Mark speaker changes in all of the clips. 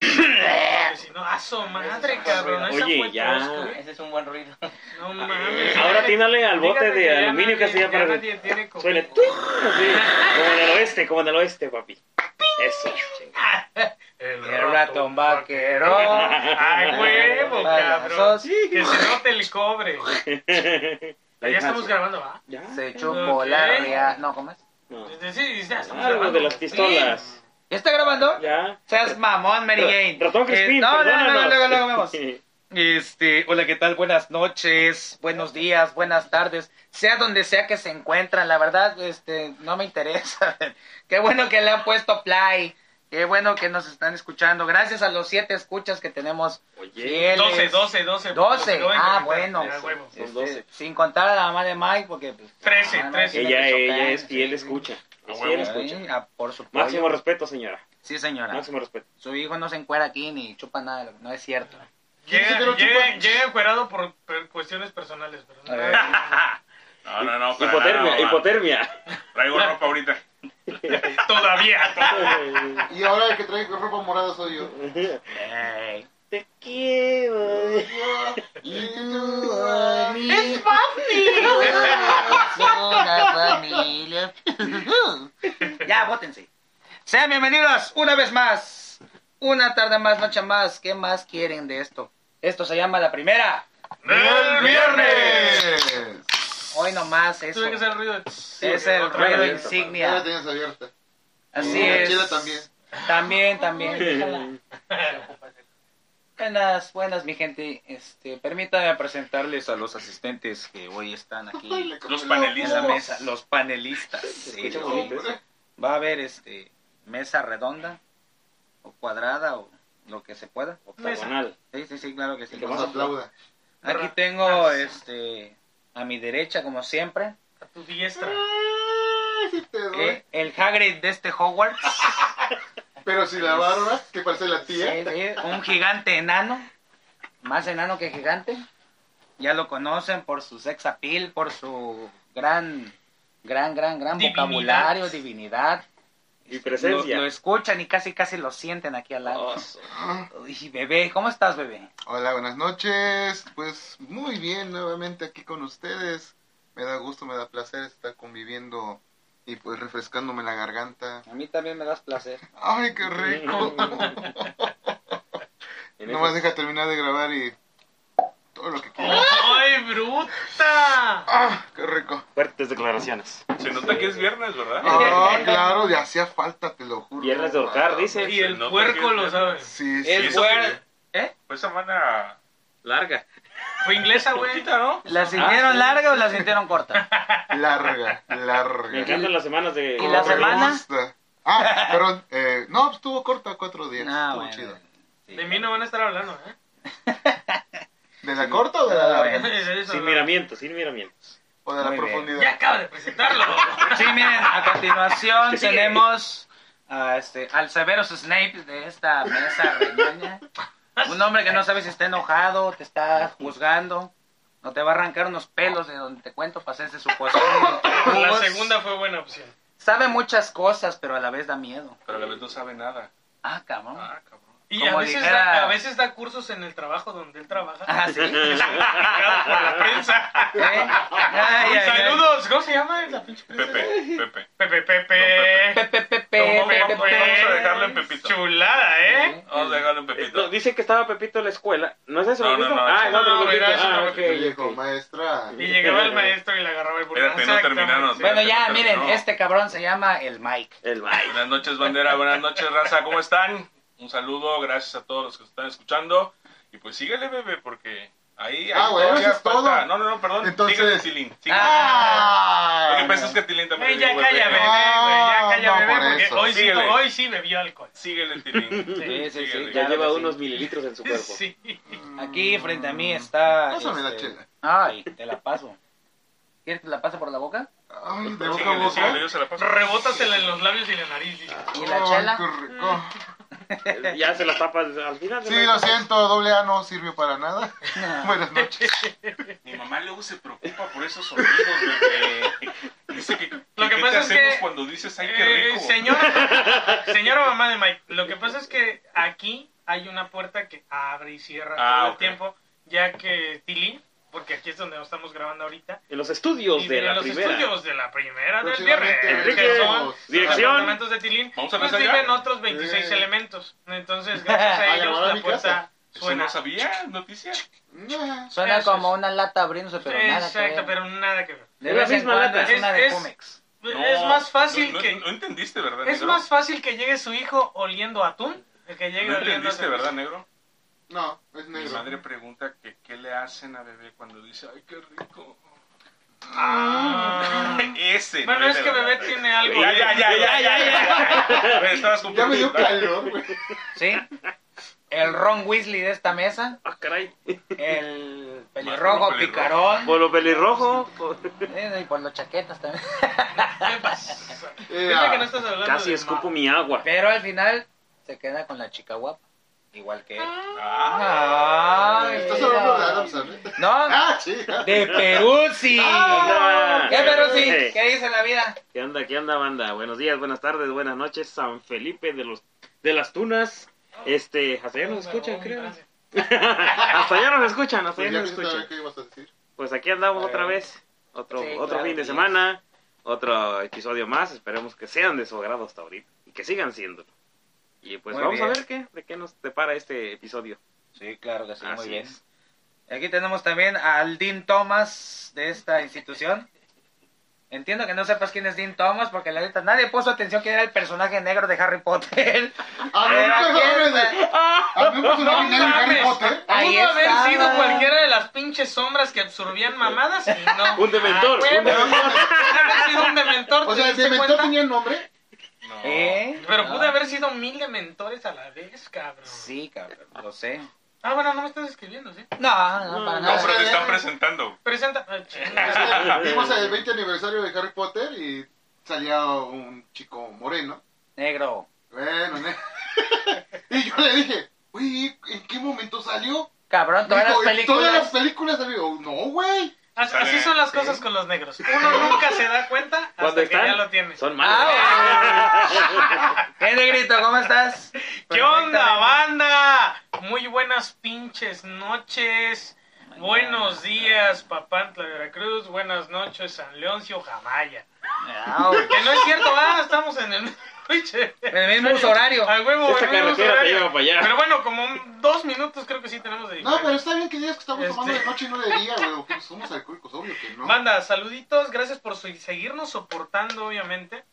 Speaker 1: Pues su madre, cabrón. Esa
Speaker 2: Oye,
Speaker 1: fue
Speaker 2: ya.
Speaker 1: tosca, ¿eh?
Speaker 3: Ese es un buen ruido.
Speaker 1: No mames.
Speaker 2: Ahora tínale al bote
Speaker 1: Fíjate
Speaker 2: de
Speaker 1: que ya
Speaker 2: aluminio que
Speaker 1: nadie-
Speaker 2: hacía
Speaker 1: ya
Speaker 2: para-
Speaker 1: nadie tiene coca.
Speaker 2: Suena tuing, así, como en el oeste, como en el oeste, papi. Eso.
Speaker 1: El
Speaker 3: El ratón vaquero.
Speaker 1: Ay, huevo, cabrón.
Speaker 3: Balazos.
Speaker 1: Que se note el cobre. Ya estamos grabando, ¿va?
Speaker 2: ¿Ya?
Speaker 3: Se chupó la
Speaker 1: Ok.
Speaker 3: ria. No, ¿cómo es?
Speaker 2: No.
Speaker 1: Sí, sí, ya estamos
Speaker 2: Ah, lo
Speaker 1: grabando.
Speaker 2: de las pistolas.
Speaker 3: ¿Ya está grabando?
Speaker 2: ¿Ya?
Speaker 3: Seas mamón, Mary Jane.
Speaker 2: Ra- Ratón
Speaker 3: Eh,
Speaker 2: Crispín,
Speaker 3: no, no, no,
Speaker 2: perdónanos.
Speaker 3: no, luego, luego vemos. Este, hola, ¿qué tal? Buenas noches, buenos días, buenas tardes, sea donde sea que se encuentran, la verdad, este, no me interesa. Qué bueno que le han puesto play, qué bueno que nos están escuchando. Gracias a los siete escuchas que tenemos.
Speaker 2: Oye.
Speaker 3: fieles.
Speaker 1: 12, 12, 12.
Speaker 3: 12,
Speaker 1: porque
Speaker 3: ah,
Speaker 1: no
Speaker 3: bueno.
Speaker 1: Ya, huevo.
Speaker 2: Son
Speaker 3: Este,
Speaker 2: 12.
Speaker 3: sin contar a la mamá de Mike, porque... pues,
Speaker 1: Trece,
Speaker 3: ah, no,
Speaker 1: trece.
Speaker 3: tiene
Speaker 2: Ella,
Speaker 3: que
Speaker 2: ella
Speaker 3: soplar,
Speaker 2: es fiel
Speaker 3: sí.
Speaker 2: escucha.
Speaker 1: A
Speaker 2: Es
Speaker 1: huevo.
Speaker 2: fiel escucha.
Speaker 3: ¿eh? Sí, ah, por supuesto.
Speaker 2: Máximo respeto, señora.
Speaker 3: Sí, señora.
Speaker 2: Máximo respeto.
Speaker 3: Su hijo no se encuera aquí ni chupa nada, de lo- no es cierto.
Speaker 1: Llega,
Speaker 4: Pero chupa-
Speaker 1: llega, llega encuerado por, por cuestiones personales, pero no.
Speaker 3: A ver.
Speaker 4: No, no, no. para
Speaker 2: Hipotermia,
Speaker 4: nada, mamá.
Speaker 2: hipotermia.
Speaker 4: Traigo ropa ahorita.
Speaker 1: Todavía.
Speaker 5: Y ahora el que trae ropa morada soy yo.
Speaker 3: Ey.
Speaker 2: Te quiero.
Speaker 3: ¡Es Una familia. ya, votense. Sean bienvenidos una vez más. Una tarde más, noche más. ¿Qué más quieren de esto? Esto se llama la primera.
Speaker 1: ¡El viernes!
Speaker 3: Hoy nomás eso.
Speaker 1: Tuve que hacer el ruido.
Speaker 3: Es el
Speaker 1: Otra vez.
Speaker 3: ruido
Speaker 2: herramienta,
Speaker 5: Ya la
Speaker 3: insignia.
Speaker 5: tenías abierta.
Speaker 3: Así
Speaker 5: Y la
Speaker 3: es.
Speaker 5: chela también.
Speaker 3: También, también. Déjala. Buenas, buenas, mi gente. Este, permítanme presentarles a los asistentes que hoy están
Speaker 5: Ay,
Speaker 3: aquí
Speaker 4: Los
Speaker 5: le comí
Speaker 3: en la
Speaker 4: panelistas.
Speaker 3: mesa, los panelistas. Sí,
Speaker 2: Escucha
Speaker 3: sí.
Speaker 2: bonito eso.
Speaker 3: Va a haber este mesa redonda o cuadrada o lo que se pueda.
Speaker 2: Octagonal.
Speaker 3: Sí, sí, sí, claro que sí.
Speaker 2: Que
Speaker 5: Nos aplauda.
Speaker 3: Aquí tengo este a mi derecha como siempre
Speaker 1: A tu diestra.
Speaker 5: Ay, sí te duele.
Speaker 3: eh, el Hagrid de este Hogwarts,
Speaker 5: Pero si la barba, que parece la tía.
Speaker 3: eh, eh, un gigante enano, más enano que gigante. Ya lo conocen por su sex appeal, por su gran gran gran gran
Speaker 1: Divinidad.
Speaker 3: vocabulario, divinidad.
Speaker 2: Y
Speaker 3: Lo,
Speaker 2: presencia.
Speaker 3: lo escuchan y casi casi lo sienten aquí al lado.
Speaker 2: Oso.
Speaker 3: Uy, bebé, ¿cómo estás, bebé?
Speaker 5: Hola, buenas noches. Pues muy bien, nuevamente aquí con ustedes. Me da gusto, me da placer estar conviviendo y pues refrescándome la garganta.
Speaker 3: A mí también me das placer.
Speaker 5: Ay, qué rico.
Speaker 2: En Ah.
Speaker 5: Nomás
Speaker 2: esas-
Speaker 5: deja terminar de grabar y todo lo que quieras.
Speaker 1: ¡Ay, bruta!
Speaker 5: Ah, qué rico.
Speaker 2: Fuertes declaraciones.
Speaker 4: Se nota que es viernes, ¿verdad?
Speaker 5: Ah, claro, ya hacía falta, te lo juro.
Speaker 2: Viernes de ahorcar, dice.
Speaker 1: Este,
Speaker 3: eh.
Speaker 1: Y Pues el
Speaker 4: No,
Speaker 1: puerco
Speaker 4: porque-
Speaker 1: lo sabe.
Speaker 5: Sí, sí.
Speaker 3: El
Speaker 4: eso
Speaker 3: puer- ¿Eh?
Speaker 4: Fue semana larga.
Speaker 1: Fue inglesa, güey.
Speaker 4: Cortita, ¿no?
Speaker 3: ¿La sintieron larga o la sintieron corta?
Speaker 5: Larga,
Speaker 2: Me
Speaker 5: larga.
Speaker 2: encantan las semanas de.
Speaker 3: ¿Y la
Speaker 5: Como me
Speaker 3: semana?
Speaker 5: gusta. Ah, perdón. Eh, no, estuvo corta cuatro días.
Speaker 3: Ah,
Speaker 5: estuvo
Speaker 3: bueno.
Speaker 5: chido.
Speaker 3: Sí.
Speaker 1: De mí no van a estar hablando, ¿eh?
Speaker 5: ¿De la corta o de la
Speaker 3: Ah,
Speaker 5: larga?
Speaker 3: bueno.
Speaker 1: Es eso,
Speaker 2: Sin
Speaker 1: ¿no?
Speaker 2: miramiento, sin miramiento.
Speaker 5: O de la
Speaker 3: Muy bien.
Speaker 5: profundidad.
Speaker 1: Ya acabo de presentarlo.
Speaker 3: Sí, miren, a continuación tenemos a este, al severo Snape de esta mesa reñoña. Un hombre que no sabe si está enojado, te está juzgando, o te va a arrancar unos pelos de donde te cuento para hacerse su Pues,
Speaker 1: La segunda fue buena opción.
Speaker 3: Sabe muchas cosas, pero a la vez da miedo.
Speaker 4: Pero a la vez no sabe nada.
Speaker 3: Ah, cabrón.
Speaker 4: Ah, cabrón.
Speaker 1: Y
Speaker 3: Como
Speaker 1: a veces,
Speaker 3: dijera-
Speaker 1: da, a veces da cursos en el trabajo donde él trabaja.
Speaker 3: Ah, sí.
Speaker 1: Pagado por la prensa.
Speaker 3: ¿Eh? Ay, ay, ay.
Speaker 1: Saludos. ¿Cómo se llama la pinche prensa?
Speaker 4: Pepe, Pepe.
Speaker 1: Pepe,
Speaker 4: Don
Speaker 1: Pepe.
Speaker 3: Pepe, Pepe,
Speaker 4: No,
Speaker 3: Pepe,
Speaker 4: vamos,
Speaker 3: Pepe.
Speaker 4: vamos a dejarlo en Pepito.
Speaker 1: Chulada, ¿eh?
Speaker 4: Vamos a dejarle
Speaker 2: Eh,
Speaker 4: un
Speaker 2: no,
Speaker 4: pepito.
Speaker 2: dice que estaba Pepito en la escuela. ¿No es eso?
Speaker 4: No, no,
Speaker 2: Pepito?
Speaker 4: no,
Speaker 2: ah,
Speaker 4: es-
Speaker 2: es otro
Speaker 1: no,
Speaker 2: Pepito.
Speaker 1: era ese
Speaker 2: Ah,
Speaker 1: otro
Speaker 2: ok,
Speaker 5: Le dijo,
Speaker 2: ok.
Speaker 5: maestra.
Speaker 1: Y llegaba el maestro y le agarraba el burro.
Speaker 4: Espérate, no
Speaker 1: Exactamente.
Speaker 4: terminaron.
Speaker 3: Bueno,
Speaker 4: Espérate,
Speaker 3: ya,
Speaker 4: no
Speaker 3: miren,
Speaker 4: terminó.
Speaker 3: este cabrón se llama el Mike.
Speaker 2: El Mike.
Speaker 4: Buenas noches, bandera. Buenas noches, raza. ¿Cómo están? Un saludo. Gracias a todos los que están escuchando. Y pues síguele, bebé, porque ahí. ahí
Speaker 5: Ah, bueno,
Speaker 4: todavía
Speaker 5: eso es
Speaker 4: falta.
Speaker 5: todo.
Speaker 4: No, no, no, perdón.
Speaker 5: Entonces-
Speaker 4: Síguele, Tilín. Síguele.
Speaker 5: ¡Ah!
Speaker 4: Lo que
Speaker 3: pues,
Speaker 4: pasa es que Tilín también.
Speaker 1: Ey,
Speaker 4: le
Speaker 1: ya
Speaker 4: digo,
Speaker 1: calla,
Speaker 4: bebé.
Speaker 1: bebé, güey,
Speaker 5: Ah,
Speaker 1: ya calla,
Speaker 5: no,
Speaker 1: bebé,
Speaker 5: por
Speaker 1: porque
Speaker 5: eso.
Speaker 1: hoy sí,
Speaker 4: Síguele.
Speaker 1: hoy sí bebió alcohol.
Speaker 4: Síguele, Tilín.
Speaker 3: Sí, sí, sí.
Speaker 4: síguele.
Speaker 2: Ya
Speaker 3: claro
Speaker 2: lleva
Speaker 3: que sí.
Speaker 2: unos mililitros en su cuerpo.
Speaker 1: Sí.
Speaker 3: Aquí frente a mí está.
Speaker 5: Pásame la
Speaker 3: este,
Speaker 5: chela.
Speaker 3: Ay, te la paso. ¿Quieres que te la pase por la boca?
Speaker 5: Ay, de boca a
Speaker 4: Síguele, síguele,
Speaker 5: boca.
Speaker 4: yo se la paso.
Speaker 1: Rebótasela en los labios y la nariz. dice.
Speaker 3: ¿Y la
Speaker 5: Ay,
Speaker 3: chela? Mm,
Speaker 5: qué rico.
Speaker 2: Eh, Ya se las tapas al final.
Speaker 5: Sí, lo siento, doble A no sirvió para nada.
Speaker 3: Ah.
Speaker 5: Buenas noches.
Speaker 4: Mi mamá luego se preocupa por esos sonidos, bebé. Dice que,
Speaker 1: Lo que
Speaker 4: ¿qué
Speaker 1: pasa
Speaker 4: te
Speaker 1: es que-
Speaker 4: hacemos cuando dices, ay, qué
Speaker 1: Eh,
Speaker 4: rico.
Speaker 1: señora, señora mamá de Mike, lo que pasa es que aquí hay una puerta que abre y cierra
Speaker 4: Ah,
Speaker 1: todo
Speaker 4: ok.
Speaker 1: el tiempo, ya que Tilly, porque aquí es donde nos estamos grabando ahorita,
Speaker 2: En los estudios
Speaker 1: y
Speaker 2: de
Speaker 1: de
Speaker 2: la
Speaker 1: los
Speaker 2: primera.
Speaker 1: estudios de la primera del viernes,
Speaker 5: Próximamente
Speaker 2: Enrique,
Speaker 1: que son
Speaker 2: dirección.
Speaker 1: los elementos de Tilín,
Speaker 4: Vamos a
Speaker 1: pues
Speaker 4: empezar ya.
Speaker 1: viven otros 26
Speaker 5: Eh.
Speaker 1: elementos. Entonces, gracias
Speaker 5: Ah,
Speaker 1: a
Speaker 5: llamar
Speaker 1: ellos,
Speaker 5: a
Speaker 1: la
Speaker 5: mi
Speaker 1: puerta
Speaker 5: casa.
Speaker 4: Eso
Speaker 1: suena.
Speaker 4: no sabía, noticia.
Speaker 5: Nah.
Speaker 3: Suena
Speaker 1: Eso
Speaker 3: como
Speaker 1: es.
Speaker 3: una lata abriéndose, pero nada. que
Speaker 1: Exacto,
Speaker 3: ver.
Speaker 1: pero nada que ver.
Speaker 3: De
Speaker 2: Es la
Speaker 3: vez en
Speaker 2: misma
Speaker 3: cuando
Speaker 2: lata.
Speaker 3: Es una de
Speaker 1: Es- es-
Speaker 3: Comex.
Speaker 4: No,
Speaker 1: es más fácil
Speaker 4: no- no-
Speaker 1: que
Speaker 4: No entendiste, ¿verdad,
Speaker 1: es
Speaker 4: negro?
Speaker 1: más fácil que llegue su hijo oliendo a atún, el que llegue
Speaker 4: No
Speaker 1: oliendo a
Speaker 4: entendiste,
Speaker 1: cerveza.
Speaker 4: ¿verdad, negro?
Speaker 5: No, es
Speaker 4: Mi
Speaker 5: negro.
Speaker 4: madre pregunta que qué le hacen a bebé cuando dice, ay, qué rico.
Speaker 1: Ah.
Speaker 4: Ese.
Speaker 1: Bueno,
Speaker 4: no
Speaker 1: es que
Speaker 4: verdad.
Speaker 1: bebé tiene algo.
Speaker 4: Ya, ya, ya, ya, ya, ya. Güey, Estabas
Speaker 5: Ya me
Speaker 4: confundido.
Speaker 5: dio calor, güey.
Speaker 3: ¿Sí? El Ron Weasley de esta mesa.
Speaker 2: Ah, caray.
Speaker 3: El
Speaker 4: Marco
Speaker 3: pelirrojo
Speaker 4: pelirrojo.
Speaker 3: picarón.
Speaker 2: Por lo pelirrojo. por-
Speaker 3: eh, Y por los chaquetas también.
Speaker 1: ¿Qué pasa?
Speaker 5: Eh,
Speaker 1: Fíjate
Speaker 5: ah,
Speaker 1: pues, que no estás hablando
Speaker 2: Casi
Speaker 1: de
Speaker 2: escupo
Speaker 1: Mao.
Speaker 2: mi agua.
Speaker 3: Pero al final se queda con la chica guapa. Igual que él.
Speaker 4: Ah,
Speaker 3: Ay,
Speaker 5: Estás
Speaker 3: mira.
Speaker 5: hablando de Adam Sandler.
Speaker 3: No,
Speaker 5: Ah, sí.
Speaker 3: de Peruzzi.
Speaker 2: Ah.
Speaker 3: ¿Qué Peruzzi?
Speaker 2: Eh.
Speaker 3: ¿Qué dice la vida?
Speaker 2: ¿Qué onda, qué onda, banda? Buenos días, buenas tardes, buenas noches. San Felipe de los de las Tunas. Este, hasta allá nos escuchan, creo. hasta allá nos escuchan, hasta allá nos
Speaker 5: Pues Ya quise saber
Speaker 2: escuchan.
Speaker 5: qué ibas a decir.
Speaker 2: Pues aquí andamos
Speaker 3: Eh,
Speaker 2: otra vez. Otro,
Speaker 3: sí,
Speaker 2: otro
Speaker 3: claro
Speaker 2: fin de
Speaker 3: que
Speaker 2: semana, otro episodio más. Esperemos que sean de su agrado hasta ahorita y que sigan siéndolo. Y pues
Speaker 3: Muy
Speaker 2: vamos a
Speaker 3: bien.
Speaker 2: ver qué, de qué nos depara este episodio.
Speaker 3: Sí, claro que sí,
Speaker 2: Así
Speaker 3: muy bien.
Speaker 2: es.
Speaker 3: Aquí tenemos también al Dean Thomas de esta institución. Entiendo que no sepas quién es Dean Thomas porque la neta nadie puso atención quién era el personaje negro de Harry Potter.
Speaker 5: A mí
Speaker 3: Era
Speaker 5: un
Speaker 3: que-
Speaker 5: personaje de- a mí un personaje
Speaker 1: No
Speaker 5: negro de Harry
Speaker 1: mames.
Speaker 5: Potter.
Speaker 3: Ahí
Speaker 1: Pudo haber
Speaker 3: estaba.
Speaker 1: sido cualquiera de las pinches sombras que absorbían mamadas y no.
Speaker 2: Un dementor,
Speaker 1: Ah,
Speaker 2: un
Speaker 1: güey,
Speaker 2: dementor.
Speaker 1: pudo haber sido un dementor.
Speaker 5: O sea,
Speaker 1: ¿te
Speaker 5: el
Speaker 1: diste
Speaker 5: dementor
Speaker 1: cuenta?
Speaker 5: tenía nombre.
Speaker 4: no.
Speaker 3: ¿Eh?
Speaker 1: Pero
Speaker 3: No.
Speaker 1: pudo haber sido mil dementores a la vez, cabrón.
Speaker 3: Sí, cabrón, lo sé.
Speaker 1: Ah, bueno, no me estás escribiendo, ¿sí?
Speaker 3: No, no, para
Speaker 4: No,
Speaker 3: nada.
Speaker 4: pero te están presentando.
Speaker 1: Presenta. Ah, chinga.
Speaker 5: Vimos el 20 aniversario de Harry Potter y salía un chico moreno.
Speaker 3: Negro.
Speaker 5: Bueno, ne- y yo le dije, oye, ¿en qué momento salió?
Speaker 3: Cabrón, todas las
Speaker 5: Dijo, "En todas las
Speaker 3: películas.
Speaker 5: películas salió. No, güey.
Speaker 1: Así
Speaker 4: Sale,
Speaker 1: así son las
Speaker 3: sí.
Speaker 1: cosas con los negros. Uno nunca se da cuenta hasta
Speaker 2: Cuando
Speaker 1: que
Speaker 2: están,
Speaker 1: ya lo tiene.
Speaker 2: son
Speaker 3: Ah,
Speaker 2: malos.
Speaker 3: ¿Qué negrito? ¿Cómo estás?
Speaker 1: ¿Qué onda,
Speaker 2: ¿eh?
Speaker 3: Perfectamente.
Speaker 1: banda? Muy buenas pinches noches. Buenos días, Papantla, Veracruz. Buenas noches, San Leoncio, Jamaya.
Speaker 3: Au.
Speaker 1: Que no es cierto, ah, estamos en el pinche.
Speaker 3: En el mismo uso horario.
Speaker 1: Al huevo,
Speaker 2: Esta
Speaker 1: al mismo
Speaker 2: carretera te
Speaker 1: horario.
Speaker 2: lleva para allá. pues,
Speaker 1: Pero bueno, como un- dos minutos creo que sí tenemos de
Speaker 5: No,
Speaker 1: diferencia.
Speaker 5: pero está bien que digas que estamos tomando de
Speaker 1: Este-
Speaker 5: noche y no de día, güey. porque somos alcohólicos, obvio que no.
Speaker 1: Banda, saluditos, gracias por su- seguirnos soportando, obviamente.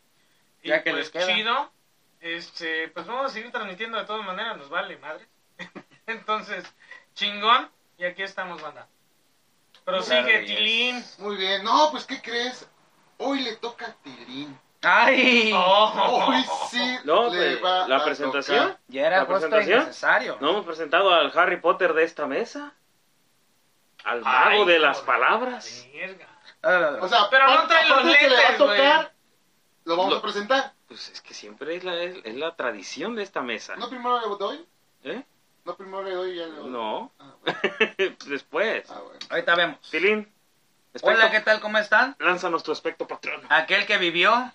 Speaker 1: Y
Speaker 3: Ya que
Speaker 1: pues
Speaker 3: les queda.
Speaker 1: chido. Este, pues vamos a seguir transmitiendo de todas maneras, nos vale madre. Entonces, chingón, y aquí estamos, banda. Prosigue,
Speaker 3: Maravillas.
Speaker 1: Tilín.
Speaker 5: Muy bien. No, pues, ¿qué crees? Hoy le toca a Tilín.
Speaker 3: Ay.
Speaker 1: Oh.
Speaker 5: Hoy sí
Speaker 2: No,
Speaker 5: le
Speaker 2: pues,
Speaker 5: va
Speaker 2: la
Speaker 5: a
Speaker 2: presentación.
Speaker 5: tocar.
Speaker 3: Ya era
Speaker 2: ¿La
Speaker 3: justo y
Speaker 2: presentación?
Speaker 3: necesario.
Speaker 2: ¿No hemos presentado al Harry Potter de esta mesa? ¿Al
Speaker 1: Ay,
Speaker 2: mago de las
Speaker 1: por
Speaker 2: palabras?
Speaker 1: la verga.
Speaker 3: Ah,
Speaker 5: O sea,
Speaker 1: Pero no
Speaker 5: aparte-
Speaker 1: trae los
Speaker 5: aparte que le va a
Speaker 1: lentes, güey.
Speaker 5: tocar, lo vamos
Speaker 2: Lo-
Speaker 5: a presentar.
Speaker 2: Pues es que siempre es la, es, es la tradición de esta mesa.
Speaker 5: ¿No primero le doy?
Speaker 2: ¿Eh?
Speaker 5: ¿No primero le doy y ya le doy?
Speaker 2: No,
Speaker 5: Ah, bueno.
Speaker 2: después.
Speaker 5: Ah, bueno.
Speaker 3: Ahorita vemos.
Speaker 2: Filín, espectro-
Speaker 3: Hola, ¿qué tal? ¿Cómo están?
Speaker 2: lánzanos tu aspecto patrono.
Speaker 3: Aquel que vivió, Ah,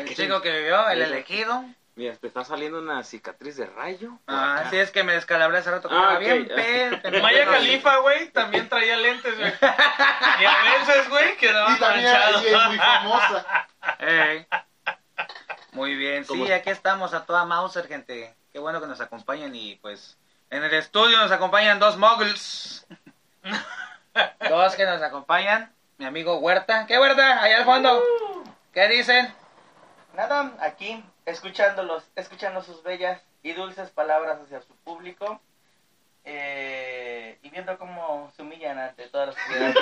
Speaker 3: el
Speaker 2: Aquel-
Speaker 3: chico que vivió, el
Speaker 2: Eso.
Speaker 3: elegido.
Speaker 2: Mira, te está saliendo una cicatriz de rayo. por
Speaker 3: Ah,
Speaker 2: acá.
Speaker 3: sí, es que me descalabré hace rato. que
Speaker 2: Ah,
Speaker 3: estaba
Speaker 2: ok.
Speaker 3: bien, pe- pe-
Speaker 1: Maya
Speaker 3: pe-
Speaker 1: Califa, güey, también traía lentes, güey. Y a veces, güey, quedaban
Speaker 5: Y también
Speaker 1: manchados.
Speaker 5: ahí es muy famosa.
Speaker 3: Ey. Muy bien, sí,
Speaker 2: ¿Cómo?
Speaker 3: aquí estamos a toda Mauser, gente. Qué bueno que nos acompañan y pues en el estudio nos acompañan dos muggles. dos que nos acompañan. Mi amigo Huerta. ¿Qué Huerta? Allá al fondo. ¿Qué dicen?
Speaker 6: Nada, aquí, escuchándolos, escuchando sus bellas y dulces palabras hacia su público eh, y viendo cómo se humillan ante toda la sociedad.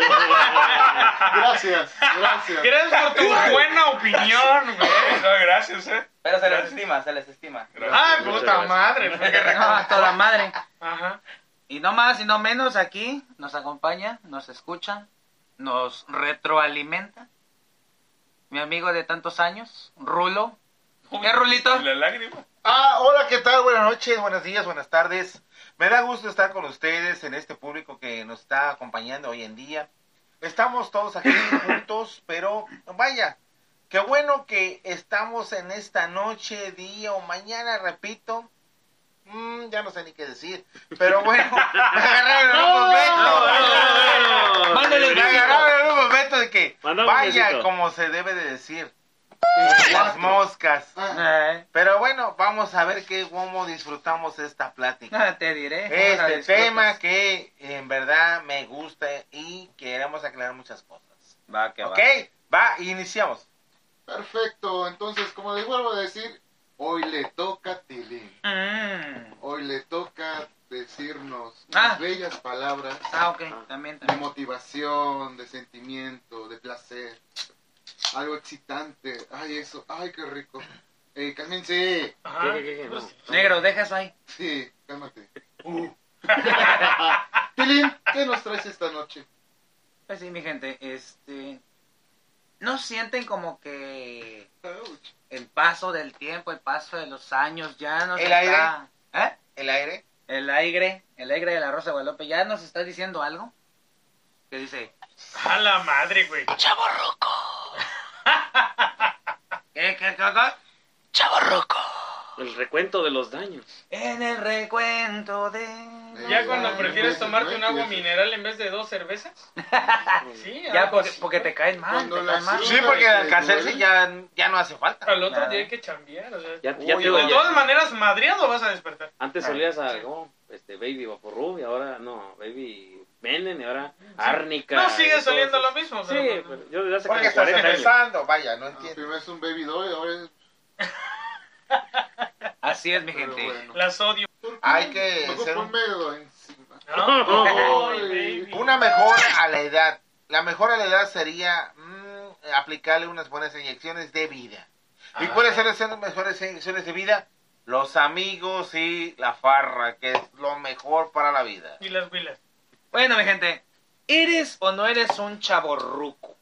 Speaker 5: Gracias, gracias.
Speaker 1: Gracias por tu buena opinión, güey.
Speaker 4: No, gracias, ¿eh?
Speaker 6: Pero se les
Speaker 4: Gracias.
Speaker 6: estima, se les estima.
Speaker 1: Ah,
Speaker 4: Gracias.
Speaker 2: Muchas
Speaker 1: puta
Speaker 2: gracias.
Speaker 1: madre. fue que
Speaker 3: No, a toda madre.
Speaker 1: Ajá.
Speaker 3: Y no más y no menos aquí nos acompaña, nos escucha, nos retroalimenta. Mi amigo de tantos años, Rulo. ¿Qué, Rulito?
Speaker 4: Y La lágrima.
Speaker 7: Ah, hola, ¿qué tal? Buenas noches, buenos días, buenas tardes. Me da gusto estar con ustedes en este público que nos está acompañando hoy en día. Estamos todos aquí juntos, pero vaya, qué bueno que estamos en esta noche, día o mañana, repito, mm, ya no sé ni qué decir. Pero bueno, me agarraron en un momento.
Speaker 2: Mándale
Speaker 7: Me agarraron en un momento de que,
Speaker 2: Mandamos un
Speaker 7: vaya,
Speaker 2: besito.
Speaker 7: como se debe de decir, las moscas.
Speaker 5: Ah,
Speaker 3: Eh,
Speaker 7: Pero bueno, vamos a ver qué, cómo disfrutamos esta plática.
Speaker 3: nada te diré. Ah, ¿cómo la
Speaker 7: este
Speaker 3: disfrutas?
Speaker 7: tema que en verdad me gusta y queremos aclarar muchas cosas.
Speaker 3: Va, que va.
Speaker 7: Ok, va, iniciamos.
Speaker 5: perfecto, entonces, como les vuelvo a decir, hoy le toca a Tilín.
Speaker 3: Mm.
Speaker 5: Hoy le toca decirnos
Speaker 3: Ah.
Speaker 5: unas bellas palabras
Speaker 3: Ah, ok, también,
Speaker 5: de
Speaker 3: también.
Speaker 5: motivación, de sentimiento, de placer. Algo excitante. Ay, eso. Ay, qué rico. Eh, cálmense.
Speaker 1: Ajá. Pues,
Speaker 2: ¿Qué, qué, qué, qué? No.
Speaker 3: Negro, deja eso ahí.
Speaker 5: Sí, cálmate. Uh. Tilín, ¿qué nos traes esta noche?
Speaker 3: Pues sí, mi gente, este... ¿No sienten como que
Speaker 5: Ouch.
Speaker 3: el paso del tiempo, el paso de los años ya nos
Speaker 7: ¿El
Speaker 3: está... ¿Eh?
Speaker 7: El aire.
Speaker 3: El aire, el aire de la Rosa de Guadalupe, ¿ya nos está diciendo algo? Que dice,
Speaker 1: A la madre, güey.
Speaker 2: Ah,
Speaker 3: ¿qué, qué, qué, qué? Chavo ruco.
Speaker 2: El recuento de los daños.
Speaker 3: En el recuento de...
Speaker 1: Ya cuando prefieres tomarte un agua
Speaker 5: Sí, sí.
Speaker 1: mineral en vez de dos cervezas. Sí,
Speaker 3: Ya,
Speaker 1: algo
Speaker 3: porque,
Speaker 1: así.
Speaker 3: porque te caen mal,
Speaker 5: Cuando
Speaker 3: te
Speaker 5: la
Speaker 3: caen mal.
Speaker 7: Sí, porque el
Speaker 5: alcanzarse
Speaker 7: alcanzarse ya, ya no hace falta.
Speaker 1: Al otro
Speaker 3: Claro.
Speaker 1: día hay que chambear. O sea.
Speaker 2: Ya, ya
Speaker 5: Uy,
Speaker 2: te
Speaker 1: de
Speaker 2: ya-
Speaker 1: todas maneras, madreado vas a despertar.
Speaker 2: Antes solías a ¿cómo? este Baby Vaporru y ahora no, Baby Menen y ahora Árnica.
Speaker 1: No,
Speaker 2: y
Speaker 1: sigue
Speaker 2: todo
Speaker 1: saliendo
Speaker 2: eso.
Speaker 1: lo mismo.
Speaker 2: Sí,
Speaker 1: pero-
Speaker 2: pero yo desde hace
Speaker 7: Porque
Speaker 2: como
Speaker 7: estás
Speaker 2: 40 años.
Speaker 7: empezando, vaya,
Speaker 5: Ah,
Speaker 7: no entiendo.
Speaker 5: Primero es un baby doll, ahora es...
Speaker 3: Así es, mi
Speaker 5: Pero
Speaker 3: gente.
Speaker 5: bueno.
Speaker 1: Las odio.
Speaker 7: Hay que
Speaker 5: Mejor
Speaker 7: ser un-
Speaker 5: ponmelo encima.
Speaker 1: ¿no?
Speaker 2: Oh,
Speaker 1: Ay, baby.
Speaker 7: Una mejora a la edad. La mejora a la edad sería mm, aplicarle unas buenas inyecciones de vida. ¿Y
Speaker 1: Ah.
Speaker 7: cuáles son las mejores inyecciones de vida? Los amigos y la farra, que es lo mejor para la vida.
Speaker 1: Y las huilas.
Speaker 3: Bueno, mi gente, ¿eres o no eres un chaborruco?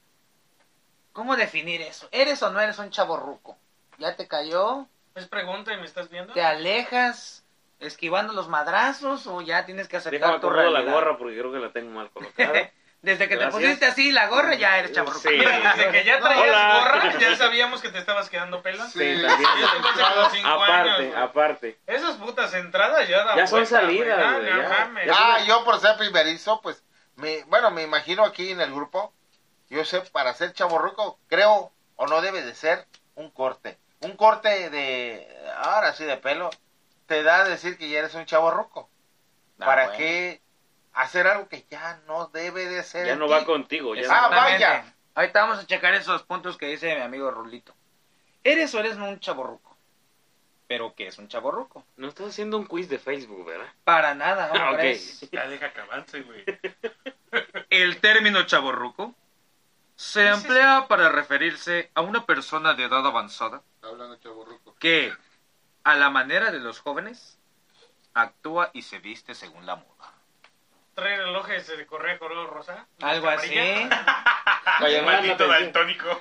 Speaker 3: ¿Cómo definir eso? ¿Eres o no eres un chaborruco? ¿Ya te cayó?
Speaker 1: Es pregunta y me estás viendo.
Speaker 3: ¿Te alejas esquivando los madrazos o ya tienes que
Speaker 2: Déjame
Speaker 3: aceptar tu
Speaker 2: acordar la
Speaker 3: realidad?
Speaker 2: gorra porque creo que la tengo mal colocada.
Speaker 3: Desde que te
Speaker 2: Gracias.
Speaker 3: pusiste así la gorra ya eres chaborruco.
Speaker 2: Sí.
Speaker 1: Mira, desde que ya traías
Speaker 2: Hola.
Speaker 1: gorra, ya sabíamos que te estabas quedando pelón.
Speaker 2: Sí, también.
Speaker 1: Yo tengo hace como cinco años,
Speaker 2: Aparte,
Speaker 1: güey.
Speaker 2: aparte.
Speaker 1: Esas putas entradas ya dan
Speaker 2: Ya son
Speaker 1: vuelta, güey.
Speaker 2: salidas,
Speaker 1: Ah,
Speaker 2: güey,
Speaker 1: no
Speaker 2: ya.
Speaker 1: mames.
Speaker 2: Ya
Speaker 7: Ah,
Speaker 2: son-
Speaker 7: yo por ser primerizo, pues, me, bueno, me imagino aquí en el grupo, yo sé, para ser chaborruco, creo o no debe de ser un corte. Un corte de, ahora sí, de pelo, te da a decir que ya eres un chaborruco.
Speaker 3: Ah,
Speaker 7: ¿Para
Speaker 3: bueno.
Speaker 7: qué hacer algo que ya no debe de ser?
Speaker 2: Ya
Speaker 7: en
Speaker 2: no
Speaker 7: ti?
Speaker 2: va contigo, ya.
Speaker 7: Ah,
Speaker 2: no-
Speaker 3: Exactamente.
Speaker 7: vaya.
Speaker 3: Ahorita vamos a checar esos puntos que dice mi amigo Rulito. ¿Eres o eres no un chaborruco? ¿Pero qué es un chaborruco?
Speaker 2: No estás haciendo un quiz de Facebook, ¿verdad?
Speaker 3: Para nada, ¿cómo
Speaker 2: Ah, ok.
Speaker 3: crees?
Speaker 4: Ya deja que avance, güey.
Speaker 8: El término chaborruco se
Speaker 1: sí,
Speaker 8: emplea para referirse a una persona de edad avanzada
Speaker 5: Hablando chaborruco.
Speaker 8: que, a la manera de los jóvenes, actúa y se viste según la moda.
Speaker 1: Trae relojes de correa color rosa.
Speaker 3: Algo así.
Speaker 1: Amarilla.
Speaker 3: Ah,
Speaker 2: Vaya,
Speaker 4: Maldito
Speaker 2: mala atención.
Speaker 4: daltónico.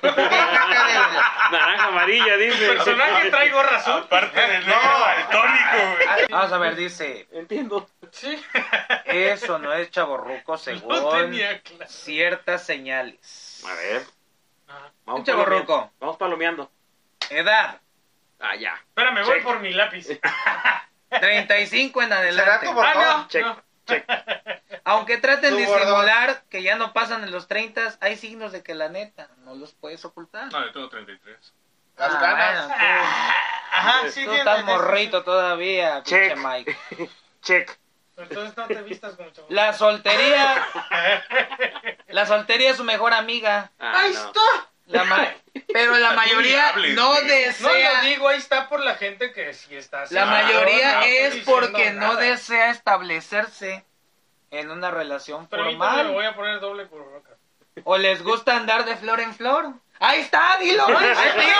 Speaker 2: Naranja amarilla,
Speaker 1: Tu
Speaker 2: dice.
Speaker 1: personaje trae gorra azul.
Speaker 4: Aparte del negro daltónico, güey.
Speaker 3: Ah, Vamos a ver, dice,
Speaker 2: Entiendo.
Speaker 1: Sí,
Speaker 3: eso no es chaborruco
Speaker 1: no
Speaker 3: según
Speaker 1: tenía clase.
Speaker 3: ciertas señales.
Speaker 2: A ver.
Speaker 1: Ajá.
Speaker 2: Vamos
Speaker 3: Un chaborruco.
Speaker 2: palomeando. Vamos palomeando.
Speaker 3: Edad,
Speaker 2: Ah, ya.
Speaker 1: Espérame, voy
Speaker 2: Check.
Speaker 1: por mi lápiz.
Speaker 3: 35 en
Speaker 7: ¿Será
Speaker 3: adelante.
Speaker 7: tu bordón?
Speaker 1: Ah, no.
Speaker 2: Check,
Speaker 1: no.
Speaker 2: check.
Speaker 3: Aunque traten de
Speaker 7: Tu bordón.
Speaker 3: disimular que ya no pasan en los 30, hay signos de que la neta no los puedes ocultar.
Speaker 4: No, yo tengo 33.
Speaker 7: Las
Speaker 3: Ah,
Speaker 7: ganas.
Speaker 3: bueno,
Speaker 1: Ajá, sí,
Speaker 3: tú, tú
Speaker 1: bien,
Speaker 3: estás
Speaker 1: bien, bien.
Speaker 3: morrito todavía,
Speaker 2: Check.
Speaker 3: pinche Mike.
Speaker 2: Check.
Speaker 1: Entonces no te vistas como chaval.
Speaker 3: La soltería. la soltería es su mejor amiga.
Speaker 2: Ah,
Speaker 1: Ahí
Speaker 2: no.
Speaker 1: está.
Speaker 3: La ma- pero la mayoría
Speaker 4: hables,
Speaker 3: no
Speaker 4: güey.
Speaker 1: No
Speaker 3: desea.
Speaker 1: lo digo, ahí está por la gente que sí está.
Speaker 3: La
Speaker 1: así.
Speaker 3: mayoría
Speaker 1: No, no
Speaker 3: es
Speaker 1: estoy
Speaker 3: porque
Speaker 1: diciendo
Speaker 3: no
Speaker 1: nada.
Speaker 3: desea establecerse en una relación
Speaker 1: Pero ahorita me
Speaker 3: formal
Speaker 1: voy a poner doble cubrebocas.
Speaker 3: o les gusta andar de flor en flor. Ahí está, dilo, ahí está, dilo,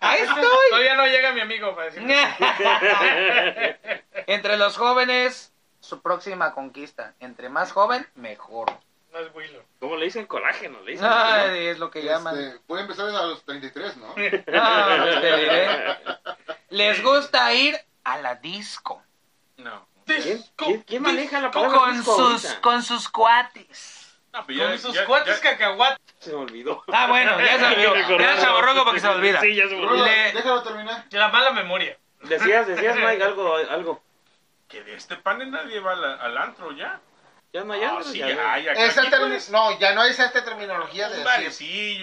Speaker 3: ahí estoy.
Speaker 1: Todavía no llega mi amigo para decir.
Speaker 3: Entre los jóvenes, su próxima conquista. Entre más joven, mejor.
Speaker 1: No es Willow.
Speaker 2: ¿Cómo le dicen colágeno? Le dicen.
Speaker 3: Ay, es lo que llaman.
Speaker 5: Este, puede empezar a los 33, ¿no?
Speaker 3: Ah, pues te diré. Les gusta ir a la disco
Speaker 4: No.
Speaker 2: ¿Quién, quién, quién maneja la palabra
Speaker 3: con
Speaker 2: disco
Speaker 3: sus
Speaker 2: ahorita?
Speaker 3: con sus cuates.
Speaker 4: No, pues
Speaker 1: Con sus cuates
Speaker 4: ya-
Speaker 1: cacahuates.
Speaker 2: Se me olvidó.
Speaker 3: Ah, bueno, ya se olvidó. Ya se borró porque se olvida.
Speaker 2: Sí, ya se borró.
Speaker 5: Rulo,
Speaker 3: Le-
Speaker 5: Déjalo terminar.
Speaker 1: La mala memoria.
Speaker 2: Decías, decías, Mike, algo, algo.
Speaker 4: que de este panel nadie va al, al antro ya.
Speaker 2: Ya no hay algo,
Speaker 4: Ah, sí,
Speaker 2: ya
Speaker 4: ya,
Speaker 2: hay.
Speaker 4: ya,
Speaker 7: Esa
Speaker 4: aquí
Speaker 7: termi-
Speaker 4: puedes-
Speaker 7: No, ya no es esta terminología de Ah,
Speaker 4: Un
Speaker 7: decir.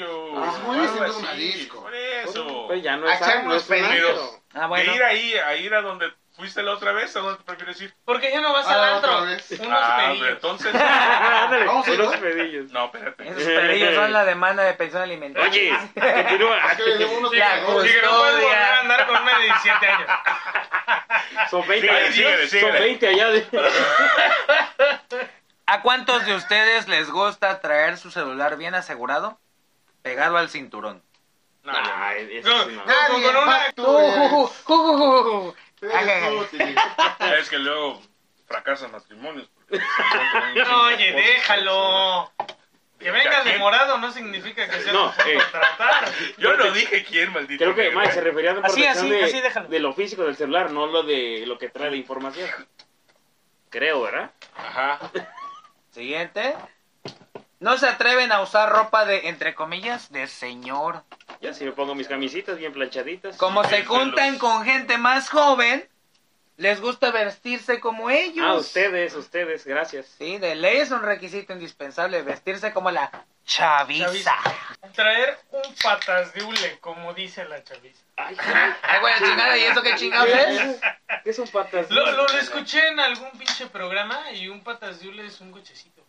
Speaker 4: barecillo.
Speaker 5: Es muy
Speaker 4: algo
Speaker 5: distinto
Speaker 4: así,
Speaker 5: a un disco.
Speaker 4: Por eso.
Speaker 2: Pues ya no
Speaker 7: A
Speaker 2: es
Speaker 7: echar
Speaker 2: algo, no
Speaker 7: unos
Speaker 2: es un
Speaker 7: pedidos.
Speaker 2: antro.
Speaker 3: Ah, bueno.
Speaker 4: De ir ahí, a ir a donde fuiste la otra vez, a donde te prefieres ir.
Speaker 1: Porque ya no vas al
Speaker 5: Ah,
Speaker 1: antro.
Speaker 5: otra vez.
Speaker 1: Unos
Speaker 4: Ah,
Speaker 1: pedillos.
Speaker 4: pero entonces.
Speaker 2: Ándale,
Speaker 5: Vamos a ir,
Speaker 2: unos
Speaker 5: ¿no?
Speaker 2: pedillos.
Speaker 4: No, espérate.
Speaker 3: Esos perrillos son la demanda de pensión alimentaria.
Speaker 2: Oye, continúa.
Speaker 5: Es que le debo unos
Speaker 3: Ya,
Speaker 5: pegadores.
Speaker 1: Sí, que no puedes
Speaker 3: Custodia.
Speaker 1: volver a andar con una de 17 años.
Speaker 2: Son 20
Speaker 4: Síguele,
Speaker 2: allá.
Speaker 4: síguele,
Speaker 2: Son
Speaker 4: síguele.
Speaker 2: 20 allá. de-
Speaker 3: ¿A cuántos de ustedes les gusta traer su celular bien asegurado, pegado al cinturón?
Speaker 4: No,
Speaker 2: Nah,
Speaker 4: ya
Speaker 2: eso sí, no.
Speaker 1: Con, con una...
Speaker 5: Tú
Speaker 7: uh,
Speaker 5: eres- tú
Speaker 3: Ajá.
Speaker 5: eres tú, sí.
Speaker 4: no. Es que luego fracasan matrimonios.
Speaker 1: No, oye, déjalo. Que vengas de morado no significa que seas
Speaker 2: No,
Speaker 1: un puto
Speaker 2: eh.
Speaker 1: tratar.
Speaker 4: Yo no dije quién, maldito.
Speaker 2: Creo que
Speaker 4: negro,
Speaker 2: Mike
Speaker 4: ¿eh?
Speaker 2: se refería a la
Speaker 3: Así,
Speaker 2: protección
Speaker 3: así,
Speaker 2: de,
Speaker 3: así, déjalo.
Speaker 2: de lo físico del celular, no lo de lo que trae de información. Creo, ¿verdad?
Speaker 4: Ajá.
Speaker 3: Siguiente. No se atreven a usar ropa de, entre comillas, de señor.
Speaker 2: Yo sí me pongo mis camisitas bien planchaditas.
Speaker 3: Como se
Speaker 4: Entre
Speaker 3: juntan
Speaker 4: los-
Speaker 3: con gente más joven, les gusta vestirse como ellos.
Speaker 2: Ah, ustedes, ustedes, gracias.
Speaker 3: Sí, de ley es un requisito indispensable vestirse como la chaviza.
Speaker 1: Chaviza. Traer un patas de hule, como dice la chaviza.
Speaker 2: Ay, caray,
Speaker 3: Ay, güey, chingada, ¿y eso qué chingados es?
Speaker 2: ¿Qué son patas?
Speaker 1: Lo, lo, lo escuché en algún pinche programa y un patas de hule es un cochecito.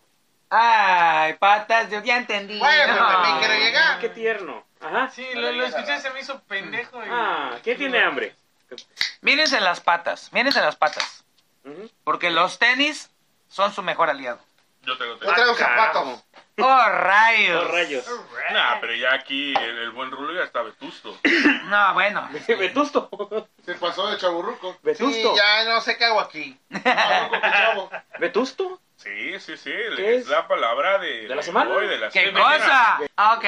Speaker 3: Ay, patas, yo ya entendí.
Speaker 7: Bueno, pero
Speaker 3: No.
Speaker 7: también quiero llegar.
Speaker 2: Ah, Qué tierno. Ajá.
Speaker 1: Sí, lo, lo escuché, se me hizo pendejo. y-
Speaker 2: Ah, ¿quién tiene hambre?
Speaker 3: Mírense las patas, mírense las patas.
Speaker 2: Ujú.
Speaker 3: Porque los tenis son su mejor aliado.
Speaker 4: Yo tengo
Speaker 7: No
Speaker 4: tres.
Speaker 7: traigo
Speaker 2: carajo.
Speaker 7: zapatos.
Speaker 3: ¡Oh, rayos!
Speaker 2: Los rayos. Ah.
Speaker 4: Nah, pero ya aquí el, el buen Rulo ya está vetusto.
Speaker 3: No, bueno.
Speaker 2: Vetusto.
Speaker 5: Se pasó de chaburruco.
Speaker 7: Sí,
Speaker 2: Vetusto.
Speaker 7: ya no sé qué hago aquí.
Speaker 5: Chaburruco, qué chavo.
Speaker 2: Vetusto.
Speaker 4: Sí, sí, sí.
Speaker 2: ¿Qué
Speaker 4: Es
Speaker 2: es?
Speaker 4: la palabra de.
Speaker 2: ¿De la semana?
Speaker 4: hoy, de la
Speaker 3: ¡Qué
Speaker 4: semana.
Speaker 3: cosa! Ah, ok.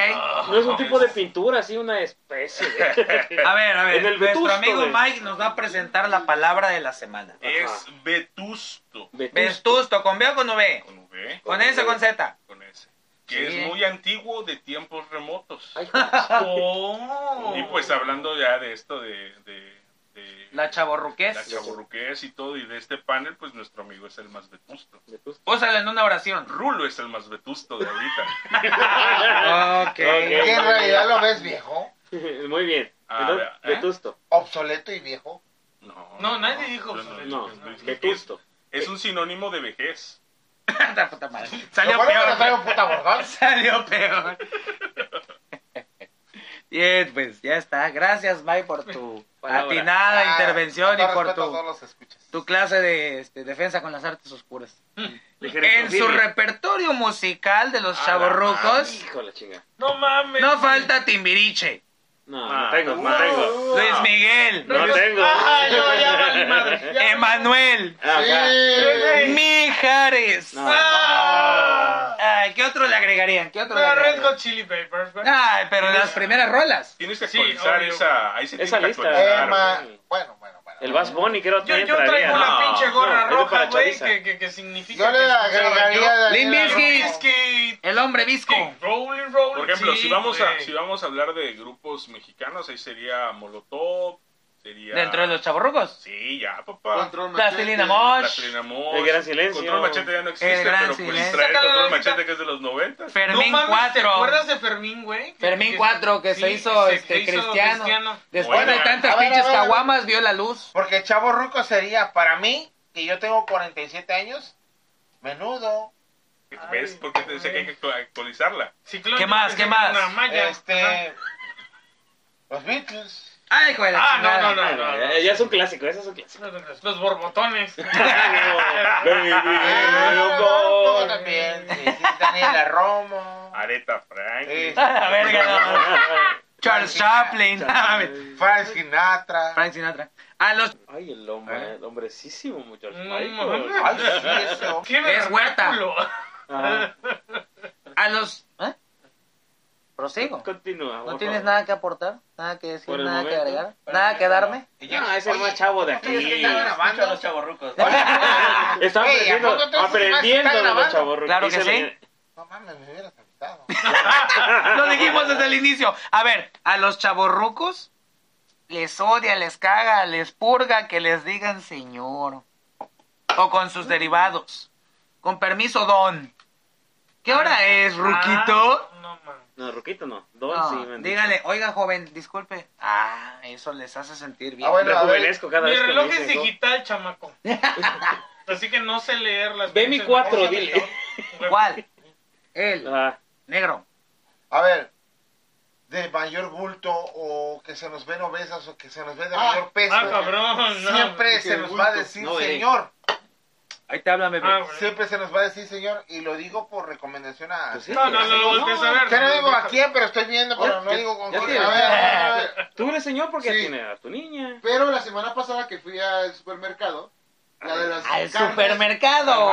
Speaker 2: No es un tipo de pintura, así una especie. de-
Speaker 3: A ver, a ver.
Speaker 2: En el
Speaker 3: Nuestro
Speaker 2: vetusto,
Speaker 3: amigo
Speaker 2: güey.
Speaker 3: Mike nos va a presentar la palabra de la semana.
Speaker 4: Es vetusto.
Speaker 3: Vestusto, ¿con B o con V?
Speaker 4: Con V,
Speaker 3: ¿Con S o con Z?
Speaker 4: con S. Que
Speaker 3: Sí.
Speaker 4: es muy antiguo de tiempos remotos.
Speaker 2: Ay, joder.
Speaker 1: Oh.
Speaker 4: Y pues hablando ya de esto de. de, de
Speaker 3: La chaborruqués.
Speaker 4: la chaburruquez y todo, y de este panel, pues nuestro amigo es el más vetusto.
Speaker 2: Vetusto.
Speaker 3: Úsala en una oración.
Speaker 4: Rulo es el más vetusto de ahorita.
Speaker 3: Ok.
Speaker 7: ¿Y en realidad lo ves viejo?
Speaker 2: Muy bien.
Speaker 4: A
Speaker 2: Entonces,
Speaker 4: ver, ¿eh?
Speaker 2: Vetusto.
Speaker 7: Obsoleto y viejo.
Speaker 4: No,
Speaker 1: No, nadie dijo
Speaker 4: yo no dije
Speaker 2: No,
Speaker 4: que es vejez.
Speaker 2: vetusto.
Speaker 4: Es un sinónimo de vejez.
Speaker 3: Puta, puta madre. Salió
Speaker 7: Lo bueno que no
Speaker 3: peor.
Speaker 7: traigo puta bordón.
Speaker 3: Salió peor. Bien, pues ya está. Gracias, Mike, por tu
Speaker 2: Palabra.
Speaker 3: atinada
Speaker 7: Ah,
Speaker 3: intervención y
Speaker 7: con todo
Speaker 3: por
Speaker 7: respeto a
Speaker 3: tu,
Speaker 7: todos los escuchas.
Speaker 3: tu clase de este, defensa con las artes oscuras.
Speaker 2: Ligera
Speaker 3: En su
Speaker 2: infantil.
Speaker 3: repertorio musical de los
Speaker 4: A la
Speaker 3: chavorrucos,
Speaker 2: Hijo de la chinga.
Speaker 1: No mames.
Speaker 3: no falta Timbiriche,
Speaker 2: No,
Speaker 4: Ah,
Speaker 2: no tengo, no tengo.
Speaker 3: Luis Miguel,
Speaker 2: No tengo.
Speaker 1: Ah, yo ya valí madre. Ya.
Speaker 3: Emanuel,
Speaker 2: Ah, acá.
Speaker 3: Mijares.
Speaker 2: No.
Speaker 1: Ah.
Speaker 3: Ay, ¿Qué otro le agregarían? ¿Qué otro le
Speaker 1: No, Red
Speaker 3: agregarían?
Speaker 1: Hot Chili Peppers. güey.
Speaker 3: Ay, pero las primeras rolas.
Speaker 4: Tienes que
Speaker 1: Sí,
Speaker 4: actualizar
Speaker 1: obvio.
Speaker 4: esa, ahí se
Speaker 2: Esa
Speaker 4: tiene que
Speaker 2: lista.
Speaker 4: actualizar,
Speaker 7: Emma.
Speaker 4: güey.
Speaker 7: Bueno, bueno, bueno.
Speaker 2: El Bass Bunny creo
Speaker 1: Yo,
Speaker 2: también
Speaker 1: yo
Speaker 2: traería.
Speaker 1: traigo una
Speaker 2: No,
Speaker 1: pinche gorra
Speaker 2: no, es de
Speaker 1: roja,
Speaker 2: para
Speaker 1: güey,
Speaker 2: chaviza.
Speaker 1: que, que, que significa
Speaker 7: Yo le
Speaker 1: que es-
Speaker 7: agregaría a
Speaker 3: Limp
Speaker 7: Daniela
Speaker 3: Bizkit.
Speaker 7: Romo.
Speaker 1: Es que...
Speaker 3: El hombre visco.
Speaker 1: que rolling, rolling,
Speaker 4: Por ejemplo,
Speaker 1: sí,
Speaker 4: si vamos a
Speaker 1: güey.
Speaker 4: si vamos a hablar de grupos mexicanos, ahí sería Molotov, sería
Speaker 3: Dentro de los chavorrucos.
Speaker 4: Sí, ya, papá.
Speaker 5: Control machete.
Speaker 3: Plastilina Mosh.
Speaker 4: Plastilina Mosh.
Speaker 2: El Gran Silencio.
Speaker 4: Control Machete ya no existe,
Speaker 3: El Gran
Speaker 4: pero pues
Speaker 3: Silencio.
Speaker 4: trae
Speaker 1: Sácalo a la
Speaker 4: Control
Speaker 1: lista.
Speaker 4: Machete que es de los 90.
Speaker 3: Fermín
Speaker 1: no mames, ¿te
Speaker 3: 4.
Speaker 1: acuerdas de Fermín, güey?
Speaker 3: Fermín 4 que se hizo este cristiano. Después
Speaker 4: Bueno,
Speaker 3: de tantas
Speaker 7: a ver,
Speaker 3: pinches
Speaker 7: a ver, a ver.
Speaker 3: caguamas vio la luz.
Speaker 7: Porque Chavo Ruco sería para mí, que yo tengo 47 años, menudo.
Speaker 4: ¿Ves por qué te decía que hay que actualizarla?
Speaker 1: Ciclón,
Speaker 3: ¿Qué
Speaker 1: yo
Speaker 3: más,
Speaker 1: pensé
Speaker 3: qué
Speaker 1: que era
Speaker 3: más?
Speaker 1: una malla. Ajá.
Speaker 7: Este. Los Beatles.
Speaker 3: Ay, hijo de la
Speaker 1: Ah,
Speaker 3: chingada.
Speaker 1: no, no, no.
Speaker 2: Ah, no, ya- Ya es un clásico, ese es un clásico.
Speaker 1: Los borbotones.
Speaker 2: Baby,
Speaker 7: Ah,
Speaker 2: loco.
Speaker 7: no, también. Eh, sí, sí, Daniela Romo. Eh,
Speaker 4: Areta Franklin.
Speaker 7: Sí.
Speaker 3: A la verga, no. Charles Chaplin.
Speaker 7: Frank Sinatra.
Speaker 3: Frank Sinatra. Ah, los
Speaker 2: Ay, el hombre, el hombrecísimo, muchachos.
Speaker 1: No,
Speaker 2: Ay,
Speaker 1: no,
Speaker 2: joder.
Speaker 1: no.
Speaker 7: Ay, sí, ese hombre.
Speaker 1: ¿Qué
Speaker 3: Es huerta.
Speaker 1: vernáculo?
Speaker 2: Ajá.
Speaker 3: a los ¿eh? Prosigo.
Speaker 2: Continúa.
Speaker 3: ¿No
Speaker 2: por
Speaker 3: tienes
Speaker 2: favor.
Speaker 3: nada que aportar? ¿Nada que decir?
Speaker 2: Por el
Speaker 3: ¿Nada que
Speaker 2: momento.
Speaker 3: agregar? ¿Nada que darme?
Speaker 2: No, es el más chavo de aquí.
Speaker 6: Yo escucho a los chavorrucos.
Speaker 2: Está
Speaker 7: Oye,
Speaker 2: aprendiendo,
Speaker 7: ¿a poco tú
Speaker 2: aprendiendo de
Speaker 7: estás
Speaker 2: los
Speaker 7: grabando?
Speaker 2: chavorrucos.
Speaker 3: Claro que
Speaker 2: Dice la-
Speaker 3: sí.
Speaker 7: No mames, me hubieras avisado.
Speaker 3: Lo dijimos desde el inicio. A ver, a los chavorrucos les odia, les caga, les purga que les digan señor. o con sus derivados. Con permiso, don. ¿Qué hora es, Ruquito?
Speaker 1: Ah, no, man.
Speaker 2: No, Ruquito no. Ah, Don
Speaker 3: No,
Speaker 2: sí, me han dicho.
Speaker 3: dígale, oiga, joven, disculpe. Ah, eso les hace sentir bien.
Speaker 7: Ah, bueno, a ver.
Speaker 2: Rejuvenezco cada
Speaker 1: Mi
Speaker 2: vez que
Speaker 1: reloj
Speaker 2: me
Speaker 1: es
Speaker 2: dicen, ¿no?
Speaker 1: digital, chamaco. Así que no sé leer las
Speaker 2: Ve mi
Speaker 1: pinches
Speaker 2: cuatro,
Speaker 1: cosas. Ah,
Speaker 2: dile.
Speaker 3: ¿Cuál? El
Speaker 2: Ah,
Speaker 3: negro.
Speaker 7: A ver, de mayor bulto o que se nos ven obesas o que se nos ve de
Speaker 5: Ah,
Speaker 7: mayor peso.
Speaker 1: Ah, cabrón, no.
Speaker 7: siempre
Speaker 5: no,
Speaker 7: se
Speaker 5: que
Speaker 7: nos
Speaker 5: bulto.
Speaker 7: va a decir
Speaker 2: No, eh.
Speaker 7: señor.
Speaker 8: Ahí te hablan, bebé.
Speaker 1: Ah, güey.
Speaker 7: Siempre se nos va a decir señor. Y lo digo por recomendación a.
Speaker 2: Pues sí.
Speaker 1: No, no, no lo voltees a ver.
Speaker 7: Ya no
Speaker 1: lo
Speaker 7: digo
Speaker 1: voltees
Speaker 7: a quién, pero estoy viendo, pero no
Speaker 2: ya-
Speaker 7: digo con
Speaker 2: ya
Speaker 7: quién.
Speaker 2: tiene.
Speaker 7: A ver, a ver.
Speaker 2: Tú eres señor porque
Speaker 5: Sí.
Speaker 2: tiene a tu niña.
Speaker 5: Pero la semana pasada que fui al supermercado, la de las
Speaker 3: Al
Speaker 5: carnes- A las
Speaker 3: supermercado.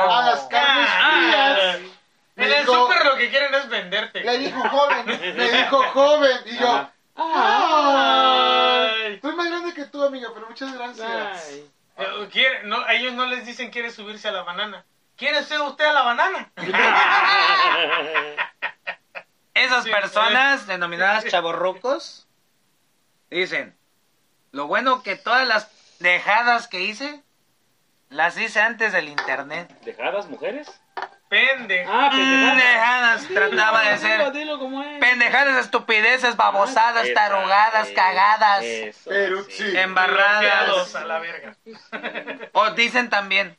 Speaker 5: carnes
Speaker 1: Ah,
Speaker 5: frías.
Speaker 1: En
Speaker 5: Me
Speaker 1: el
Speaker 5: dijo-
Speaker 1: súper lo que quieren es venderte.
Speaker 5: Le dijo joven, me dijo joven. Y yo,
Speaker 2: Ajá.
Speaker 5: ¡ay! Soy más grande que tú, amiga, pero muchas gracias.
Speaker 2: Ay.
Speaker 1: Eh, quiere- no, a ellos no les dicen quiere subirse a la banana. ¿Quiere ser usted a la banana?
Speaker 3: Esas
Speaker 1: Sí,
Speaker 3: personas denominadas chavorrucos dicen, lo bueno que todas las dejadas que hice, las hice antes del internet.
Speaker 2: ¿Dejadas mujeres?
Speaker 1: Pende.
Speaker 2: Ah, pendejadas.
Speaker 3: Pendejadas, trataba de
Speaker 2: Dilo,
Speaker 3: ser.
Speaker 2: dilo como es.
Speaker 3: Pendejadas, estupideces, babosadas,
Speaker 2: Esa,
Speaker 3: tarugadas,
Speaker 2: eh,
Speaker 3: cagadas,
Speaker 2: eso,
Speaker 5: Perucci.
Speaker 2: sí.
Speaker 1: Bloqueados
Speaker 3: embarradas.
Speaker 1: a la verga.
Speaker 3: O dicen también,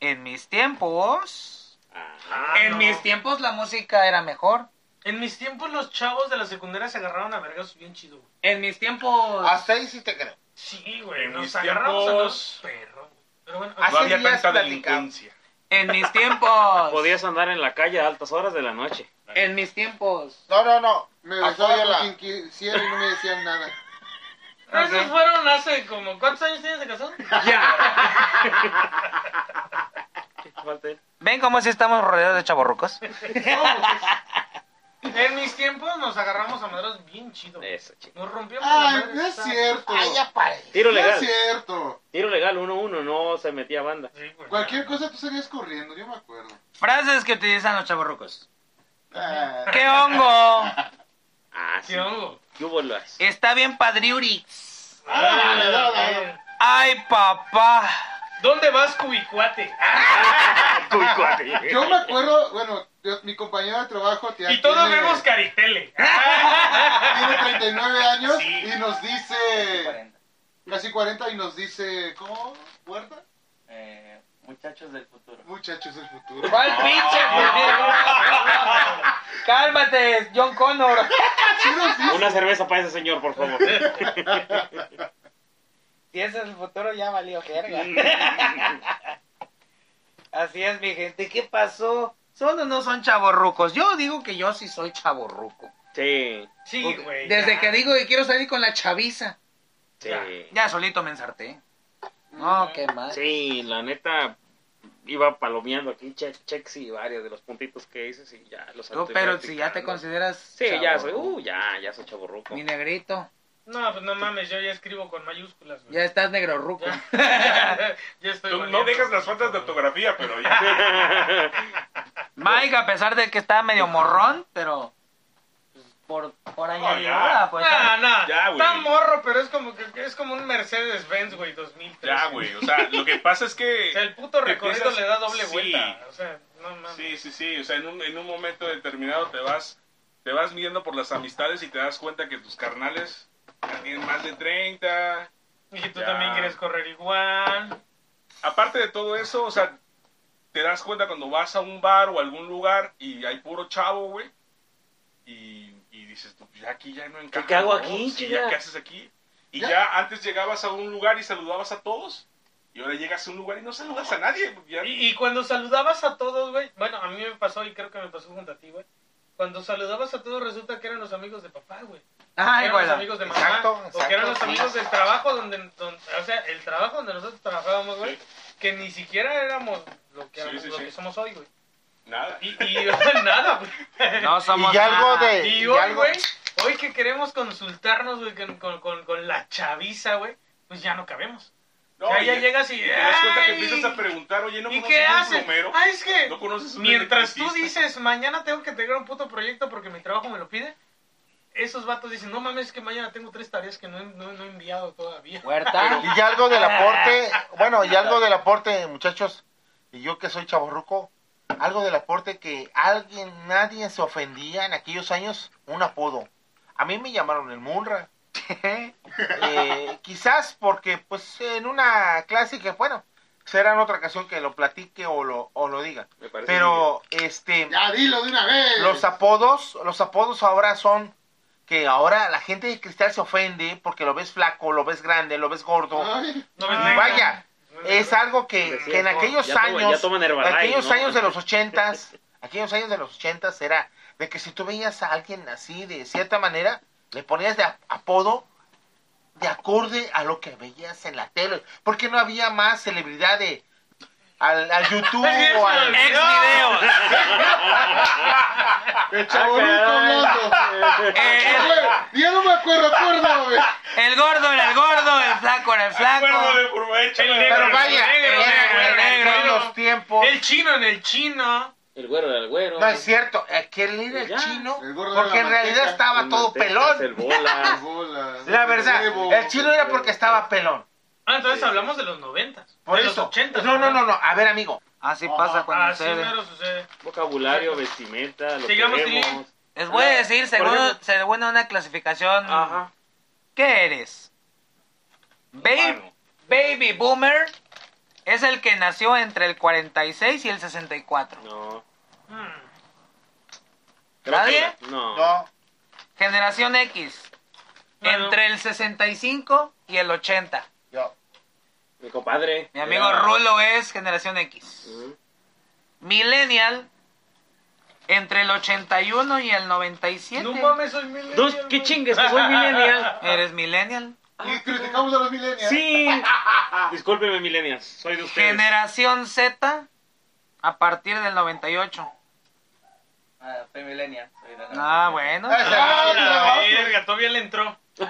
Speaker 3: en mis tiempos,
Speaker 2: Ajá.
Speaker 1: Ah,
Speaker 3: en
Speaker 1: no.
Speaker 3: mis tiempos la música era mejor.
Speaker 1: En mis tiempos los chavos de la secundaria se agarraron a vergas bien chido. güey.
Speaker 3: En mis tiempos...
Speaker 7: Hasta ahí sí te creo.
Speaker 1: Sí, güey,
Speaker 4: En
Speaker 1: nos
Speaker 4: mis
Speaker 1: agarramos a los
Speaker 4: tiempos-
Speaker 1: perros. Pero bueno,
Speaker 2: Ah,
Speaker 7: Hace
Speaker 4: No había
Speaker 7: días
Speaker 4: tanta
Speaker 7: platicamos.
Speaker 4: delincuencia.
Speaker 3: En mis tiempos.
Speaker 2: Podías andar en la calle a altas horas de la noche.
Speaker 3: En mis tiempos.
Speaker 7: No, no, no.
Speaker 5: Me
Speaker 7: Hasta
Speaker 5: besaba
Speaker 7: yo
Speaker 5: con
Speaker 7: la-
Speaker 5: quien quisiera y no me decían nada. Ah,
Speaker 1: pero esos fueron hace como... ¿Cuántos años tienes de casado?
Speaker 2: Falta él.
Speaker 3: ¿Ven cómo si estamos rodeados de chaborrucos?
Speaker 1: En mis tiempos nos agarramos a madras bien chido. güey.
Speaker 2: Eso, chico.
Speaker 1: Nos rompíamos la
Speaker 5: Ay,
Speaker 1: madre,
Speaker 5: no es
Speaker 1: está-
Speaker 5: cierto.
Speaker 7: Ay, ya paré.
Speaker 2: Tiro
Speaker 5: No es
Speaker 2: legal.
Speaker 5: cierto.
Speaker 2: Tiro legal 1-1, no se metía banda.
Speaker 1: Sí, güey.
Speaker 5: Cualquier cosa tú salías corriendo, yo me acuerdo.
Speaker 3: Frases que utilizan los chaborrucos.
Speaker 5: Ah,
Speaker 3: ¡Qué hongo!
Speaker 2: Ah, sí.
Speaker 1: ¿Qué hongo?
Speaker 2: ¿Qué hubo, Luis?
Speaker 3: Está bien padriurix.
Speaker 5: Ah, no, no, no.
Speaker 3: ¡Ay, papá!
Speaker 1: ¿Dónde vas, cubicuate? Ah,
Speaker 2: Uy, cuate.
Speaker 5: Yo me acuerdo, bueno, yo- mi compañera de trabajo tía,
Speaker 1: Y todos
Speaker 5: tiene,
Speaker 1: vemos caritele. Ah,
Speaker 5: tiene 39 años
Speaker 1: Sí.
Speaker 5: y nos
Speaker 6: Casi
Speaker 5: dice,
Speaker 6: 40.
Speaker 5: casi 40 y nos dice, ¿cómo? ¿Puerta?
Speaker 6: Eh, muchachos del futuro.
Speaker 5: Muchachos del futuro.
Speaker 3: ¿Cuál pinche? Cálmate, John Connor.
Speaker 5: Sí nos dice.
Speaker 2: Una cerveza para ese señor, por favor.
Speaker 3: Si ese es el futuro, ya valió jerga. Así es, mi gente. ¿Qué pasó? Solo no son chaborrucos. Yo digo que yo sí soy chaborruco.
Speaker 2: Sí,
Speaker 1: Sí, güey.
Speaker 3: Desde
Speaker 1: ya.
Speaker 3: que digo que quiero salir con la chaviza.
Speaker 2: sí.
Speaker 3: Ya solito me ensarté. No, qué mal.
Speaker 2: Sí, la neta iba palomeando aquí che- checks y varios de los puntitos que dices y ya los
Speaker 3: Tú,
Speaker 2: estoy
Speaker 3: pero si ya te
Speaker 2: practicando.
Speaker 3: consideras.
Speaker 2: Sí, ya soy,
Speaker 3: chavorruco,
Speaker 2: uh, ya, ya soy chaborruco.
Speaker 3: Mi negrito.
Speaker 1: No, pues no mames, yo ya escribo con mayúsculas, güey.
Speaker 3: Ya estás negro ruco.
Speaker 1: Ya, ya estoy
Speaker 4: Tú no
Speaker 1: valiendo.
Speaker 4: dejas las faltas de ortografía, pero ya.
Speaker 3: Mike, a pesar de que está medio morrón, pero. pues, Por, por añadidura, pues.
Speaker 1: Nah,
Speaker 2: Ah,
Speaker 1: nah,
Speaker 4: Ya, güey.
Speaker 1: Ah, Está morro, pero es como que es como un Mercedes Benz, güey, 2003.
Speaker 4: Ya, güey. O sea, lo que pasa es que.
Speaker 1: O sea, el puto recorrido
Speaker 4: Empiezas-
Speaker 1: le da doble
Speaker 4: sí.
Speaker 1: vuelta. O sea, no mames.
Speaker 4: Sí, sí, sí. O sea, en un, en un momento determinado te vas, te vas midiendo por las amistades y te das cuenta que tus carnales ya tienen más de 30.
Speaker 1: Y tú
Speaker 4: Ya.
Speaker 1: también quieres correr igual.
Speaker 4: Aparte de todo eso, o sea, te das cuenta cuando vas a un bar o algún lugar y hay puro chavo, güey. Y, y dices, tú, ya aquí ya no encaja.
Speaker 2: ¿Qué hago
Speaker 4: ¿no?
Speaker 2: aquí,
Speaker 4: Sí,
Speaker 2: chida?
Speaker 4: ya, ¿Qué haces aquí? Y
Speaker 5: Ya.
Speaker 4: ya. antes llegabas a un lugar y saludabas a todos. Y ahora llegas a un lugar y no saludas a nadie. porque ya-
Speaker 1: Y, y cuando saludabas a todos, güey. Bueno, a mí me pasó y creo que me pasó junto a ti, güey. Cuando saludabas a todos, resulta que eran los amigos de papá, güey.
Speaker 3: Ay,
Speaker 1: eran los
Speaker 3: bueno.
Speaker 1: amigos de mamá,
Speaker 7: Exacto,
Speaker 1: o que
Speaker 7: exacto,
Speaker 1: eran los
Speaker 7: sí.
Speaker 1: amigos del trabajo donde, donde- o sea, el trabajo donde nosotros trabajábamos, güey, que ni siquiera éramos lo que,
Speaker 4: Sí,
Speaker 1: éramos,
Speaker 4: sí,
Speaker 1: lo
Speaker 4: sí.
Speaker 1: que somos hoy, güey.
Speaker 4: Nada.
Speaker 1: Y, y nada, güey.
Speaker 3: No somos.
Speaker 7: Y algo
Speaker 3: nada.
Speaker 7: de.
Speaker 1: Ah, Y
Speaker 7: Y
Speaker 1: hoy,
Speaker 7: algo
Speaker 1: güey, hoy que queremos consultarnos, güey, con, con, con, con la chaviza, güey, pues ya no cabemos.
Speaker 4: No,
Speaker 1: o sea, ya
Speaker 4: y-
Speaker 1: llegas y...
Speaker 4: Y te das cuenta que
Speaker 1: ¡ay!
Speaker 4: empiezas a preguntar, oye, ¿no
Speaker 1: ¿Y
Speaker 4: conoces
Speaker 1: qué
Speaker 4: un
Speaker 1: haces?
Speaker 4: plomero?
Speaker 1: Ah, es que
Speaker 4: ¿No conoces un
Speaker 1: mientras tú
Speaker 4: electricista?
Speaker 1: dices, mañana tengo que entregar un puto proyecto porque mi trabajo me lo pide, esos vatos dicen, no mames, es que mañana tengo tres tareas que no he, no- no he enviado todavía.
Speaker 3: Huerta.
Speaker 7: Y algo del aporte. Bueno, y algo del aporte, muchachos. y yo que soy chaborruco, algo del aporte que alguien, nadie se ofendía en aquellos años, un apodo. A mí me llamaron el Munra. Eh, quizás porque, pues, en una clásica, bueno, será en otra ocasión que lo platique o lo, o lo diga.
Speaker 2: Me parece
Speaker 7: Pero, este,
Speaker 5: Ya dilo de una vez.
Speaker 7: los apodos, los apodos ahora son que ahora la gente de cristal se ofende porque lo ves flaco, lo ves grande, lo ves gordo.
Speaker 5: Ay,
Speaker 1: No
Speaker 7: Y
Speaker 1: ves negro.
Speaker 7: vaya, es algo que,
Speaker 2: Decía,
Speaker 7: que en
Speaker 2: no,
Speaker 7: aquellos
Speaker 2: ya toman-
Speaker 7: años,
Speaker 2: ya toman Herbalife,
Speaker 7: en aquellos
Speaker 2: ¿no?
Speaker 7: años de los ochentas, aquellos años de los ochentas era de que si tú veías a alguien así de cierta manera, le ponías de ap- apodo de acorde a lo que veías en la tele, porque no había más celebridad de al, al YouTube o al
Speaker 1: Ex videos.
Speaker 5: el chaborruco hablando. Güey, Ya no me acuerdo, acuerdo, güey.
Speaker 3: Eh, El gordo
Speaker 2: Ah,
Speaker 3: era el gordo, el flaco era el
Speaker 4: Acuerdo
Speaker 3: flaco.
Speaker 4: de provecho.
Speaker 1: El
Speaker 4: güey.
Speaker 1: negro,
Speaker 7: Pero vaya,
Speaker 1: el negro,
Speaker 7: era-
Speaker 1: el
Speaker 7: era en
Speaker 1: negro,
Speaker 7: buenos
Speaker 1: negro.
Speaker 7: tiempos.
Speaker 1: El chino en el chino.
Speaker 2: El güero era el güero.
Speaker 7: No es cierto, aquel era el
Speaker 2: Ya,
Speaker 7: chino,
Speaker 5: el gordo
Speaker 7: porque
Speaker 5: de la
Speaker 7: en realidad
Speaker 5: manteca.
Speaker 7: estaba
Speaker 2: El
Speaker 7: todo
Speaker 2: Mantecas, El
Speaker 7: pelón.
Speaker 2: bolas.
Speaker 5: Las bolas,
Speaker 7: La verdad,
Speaker 5: huevo.
Speaker 7: el chino era porque estaba pelón.
Speaker 1: Ah, entonces hablamos de los noventas.
Speaker 7: Por
Speaker 1: de
Speaker 7: eso.
Speaker 1: los ochentas.
Speaker 7: no, no, no, no. A ver, amigo.
Speaker 3: Así Ah, pasa cuando
Speaker 2: Ah,
Speaker 1: Así
Speaker 3: ustedes.
Speaker 1: mero sucede.
Speaker 2: Vocabulario, vestimenta, lo
Speaker 1: Sigamos,
Speaker 2: que vemos.
Speaker 3: Les voy a decir,
Speaker 2: Por
Speaker 3: según,
Speaker 2: ejemplo-
Speaker 3: según una clasificación,
Speaker 2: Ajá.
Speaker 3: ¿qué eres? Babe, baby boomer es el que nació entre el 46 y el 64.
Speaker 2: No.
Speaker 1: Hmm.
Speaker 2: Creo
Speaker 3: ¿Nadie?
Speaker 2: que- No.
Speaker 7: No,
Speaker 3: Generación X,
Speaker 1: Claro.
Speaker 3: entre el 65 y el 80.
Speaker 7: yo.
Speaker 2: Mi compadre.
Speaker 3: Mi amigo
Speaker 2: Era-
Speaker 3: Rulo es generación X.
Speaker 2: Ujú.
Speaker 3: Millennial, entre el 81 y el 97.
Speaker 1: No mames, soy millennial.
Speaker 2: Dos,
Speaker 1: güey.
Speaker 2: qué chingues, que soy millennial.
Speaker 3: ¿Eres millennial?
Speaker 5: Y criticamos a los millennials.
Speaker 2: Sí. Discúlpeme, millennials. Soy de ustedes.
Speaker 3: Generación Z, a partir del 98.
Speaker 6: Ah, soy millennial. soy de la-
Speaker 3: Ah, bueno.
Speaker 1: Eh.
Speaker 5: Ah,
Speaker 1: Ah, Verga, todavía le entró.
Speaker 5: sí,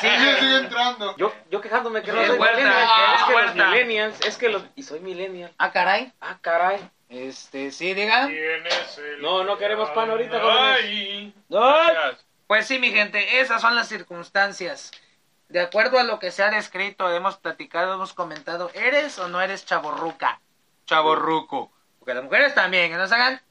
Speaker 5: sigue, sigue entrando.
Speaker 2: Yo, yo quejándome que no
Speaker 3: Es
Speaker 2: soy
Speaker 3: huerta,
Speaker 2: millennial.
Speaker 3: es
Speaker 2: es que los
Speaker 3: huerta.
Speaker 2: millennials. Es que los. Y soy millennial.
Speaker 3: Ah, caray.
Speaker 2: Ah, caray.
Speaker 3: Este, sí, diga.
Speaker 1: ¿Quién es el
Speaker 2: No, no queremos pan ahorita, jóvenes.
Speaker 1: Ay.
Speaker 3: Pues sí, mi gente, esas son las circunstancias. De acuerdo a lo que se ha descrito, hemos platicado, hemos comentado, ¿eres o no eres chaborruca? Chaborruco. Porque las mujeres también, que nos hagan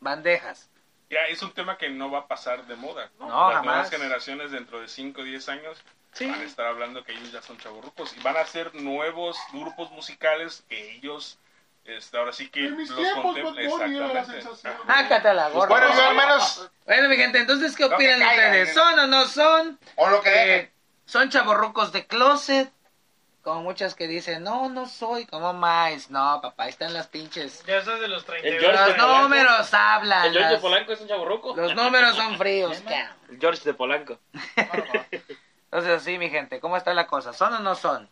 Speaker 3: bandejas.
Speaker 4: Ya, es un tema que no va a pasar de moda.
Speaker 3: No,
Speaker 4: Las
Speaker 3: jamás.
Speaker 4: nuevas generaciones dentro de 5 o 10 años van a estar hablando que ellos ya son chavorrucos y van a ser nuevos grupos musicales que ellos este, ahora sí que
Speaker 5: En mis
Speaker 4: los
Speaker 5: tiempos, Bad
Speaker 4: contemplan.
Speaker 5: Bunny era la
Speaker 4: Exactamente.
Speaker 5: sensación.
Speaker 4: Ajá.
Speaker 3: Hácate a la gorda.
Speaker 7: Bueno, yo al menos.
Speaker 3: Bueno, mi gente, entonces, ¿qué
Speaker 7: que
Speaker 3: opinan
Speaker 7: caigan,
Speaker 3: ustedes?
Speaker 7: eh.
Speaker 3: ¿Son o no son?
Speaker 7: O lo que
Speaker 3: Eh,
Speaker 7: dejen.
Speaker 3: son chaborrucos de closet. Como muchas que dicen, no, no soy, como más? No, papá, ahí están las pinches.
Speaker 1: Ya estás de los 30.
Speaker 2: El George
Speaker 3: Los
Speaker 2: de Polanco.
Speaker 3: números hablan.
Speaker 2: ¿El George de
Speaker 3: Ah, las-
Speaker 2: Polanco es un chaburruco?
Speaker 3: Los números son fríos, cabrón.
Speaker 2: El George de Polanco.
Speaker 3: Entonces, sí, mi gente, ¿cómo está la cosa? ¿Son o no son?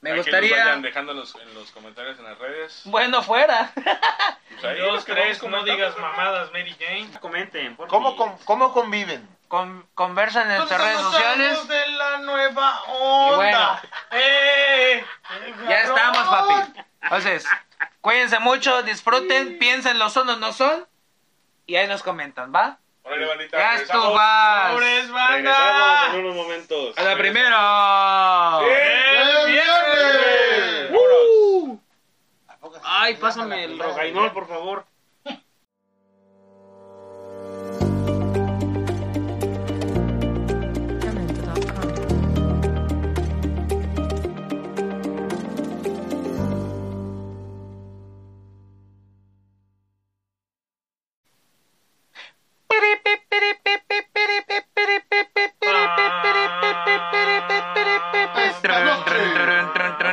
Speaker 3: Me
Speaker 4: Para que nos vayan
Speaker 3: gustaría.
Speaker 4: dejando en los, en los comentarios en las redes.
Speaker 3: Bueno, fuera.
Speaker 4: Pues ahí los
Speaker 1: Dos,
Speaker 4: que vamos
Speaker 1: tres, no
Speaker 4: comentando.
Speaker 1: digas mamadas, Mary Jane.
Speaker 2: Comenten, por
Speaker 7: ¿Cómo,
Speaker 2: favor.
Speaker 7: con- cómo conviven?
Speaker 3: Con- conversan en nuestras redes
Speaker 1: Entonces,
Speaker 3: sociales.
Speaker 1: hablamos de la nueva
Speaker 3: Y bueno.
Speaker 1: onda. ¡Eh!
Speaker 3: Ya estamos, papi. Entonces, cuídense mucho, disfruten, piénsenlo, son o no son. Y ahí nos comentan, ¿va?
Speaker 4: Órale, bandita,
Speaker 3: Ya
Speaker 4: regresamos.
Speaker 3: esto va.
Speaker 1: Pobres
Speaker 2: Regresamos
Speaker 1: banda.
Speaker 2: en unos momentos.
Speaker 3: A la primera.
Speaker 1: ¡El viernes!
Speaker 2: ¡Uh! Ay, pásame el rogainol, por favor.
Speaker 9: Fermento.com.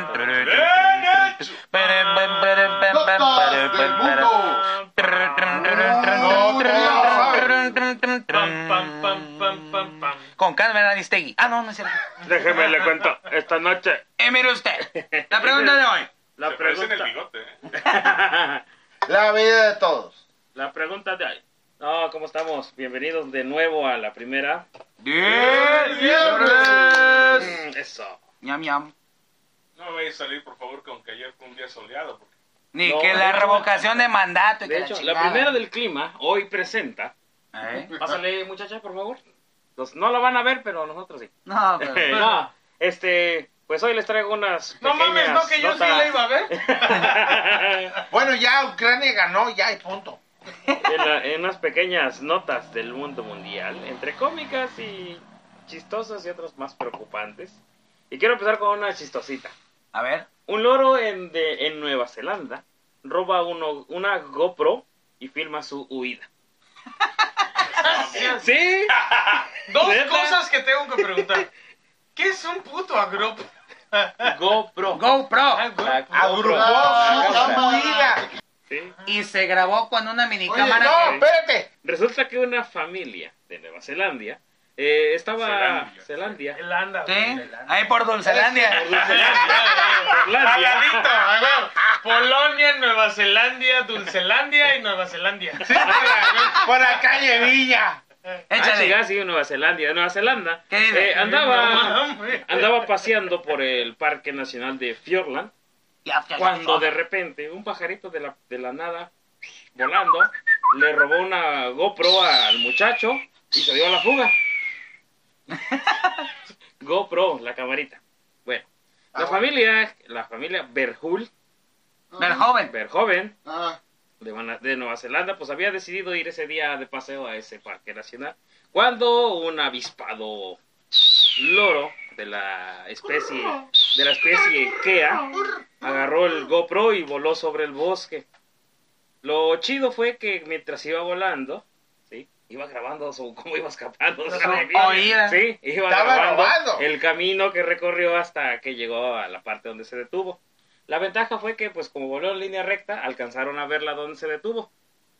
Speaker 4: ¡Bien hecho!
Speaker 5: Notas del mundo.
Speaker 1: Pam, pam, pam, pam, pam, pam.
Speaker 3: Con Carmen Aristegui. Ah, no, no es cierto.
Speaker 2: Déjeme le cuento. Esta noche,
Speaker 3: Eh, mire usted, la pregunta de hoy.
Speaker 2: la
Speaker 4: Te parece en el
Speaker 2: pregunta.
Speaker 4: bigote. ¿eh?
Speaker 7: La vida de todos.
Speaker 2: La pregunta de hoy. No, ¿cómo estamos? Bienvenidos de nuevo a la primera.
Speaker 1: Pues,
Speaker 2: Mm, Eso.
Speaker 3: Ñam, ñam.
Speaker 4: No me vayas a salir, por favor, con que ayer fue un día soleado. Porque
Speaker 3: Ni
Speaker 2: No,
Speaker 3: que
Speaker 2: de
Speaker 3: la
Speaker 2: hecho-
Speaker 3: revocación de mandato y que
Speaker 2: De hecho, la
Speaker 3: chingada.
Speaker 2: primera del clima hoy presenta.
Speaker 3: ¿Eh?
Speaker 2: Pásale,
Speaker 3: pues,
Speaker 2: muchachas, por favor. Los- no lo van a ver, pero nosotros sí.
Speaker 3: No, pero...
Speaker 2: No, este, Pues hoy les traigo unas.
Speaker 1: No mames, no, que yo sí la iba a ver.
Speaker 2: iba.
Speaker 7: Bueno, ya Ucrania ganó, ya y punto.
Speaker 2: en, la- en unas pequeñas notas del mundo mundial, entre cómicas y chistosas y otras más preocupantes. Y quiero empezar con una chistosita.
Speaker 8: A ver.
Speaker 2: Un loro en, de- en Nueva Zelanda roba uno, una GoPro y filma su huida. ¿Sí?
Speaker 1: Dos
Speaker 2: ¿Neta?
Speaker 1: cosas que tengo que preguntar. ¿Qué es un puto agrupo?
Speaker 2: GoPro. Ah,
Speaker 3: GoPro.
Speaker 7: Agrupó
Speaker 5: Ah,
Speaker 7: su
Speaker 5: cámara.
Speaker 7: huida.
Speaker 2: Sí.
Speaker 3: Y se grabó con una minicámara.
Speaker 7: No, espérate.
Speaker 2: Resulta que una familia de Nueva Zelanda eh, estaba...
Speaker 4: Zelandia.
Speaker 2: Zelandia.
Speaker 1: El anda.
Speaker 3: ¿Sí?
Speaker 1: güey.
Speaker 3: Ahí por Dulcelandia.
Speaker 2: Zelandia.
Speaker 1: Aladito, a ver. Polonia, Nueva Zelandia, Dulcelandia y Nueva Zelandia.
Speaker 7: Por la calle Villa.
Speaker 2: Ah,
Speaker 3: Échale.
Speaker 2: chica, sí, Nueva Zelanda. De Nueva Zelanda.
Speaker 3: ¿Qué dice?
Speaker 2: eh,
Speaker 1: No
Speaker 2: andaba,
Speaker 1: mames.
Speaker 2: andaba paseando por el Parque Nacional de Fiordland
Speaker 3: Ya, ya, ya.
Speaker 2: cuando de repente un pajarito de la, de la nada volando le robó una GoPro al muchacho y se dio a la fuga. GoPro, la camarita. Bueno,
Speaker 5: Ah,
Speaker 2: la familia, la familia Verhul,
Speaker 3: Del joven.
Speaker 2: Verhoeven,
Speaker 5: Ah,
Speaker 2: de, Van- de Nueva Zelanda, pues había decidido ir ese día de paseo a ese parque nacional. Cuando un avispado loro de la especie de la especie Kea agarró el GoPro y voló sobre el bosque. Lo chido fue que mientras iba volando, sí, iba grabando su- cómo iba escapando. o sea,
Speaker 3: oída.
Speaker 2: Sí, iba
Speaker 7: Estaba
Speaker 2: grabando
Speaker 7: grabando.
Speaker 2: el camino que recorrió hasta que llegó a la parte donde se detuvo. La ventaja fue que, pues como voló en línea recta, alcanzaron a verla donde se detuvo.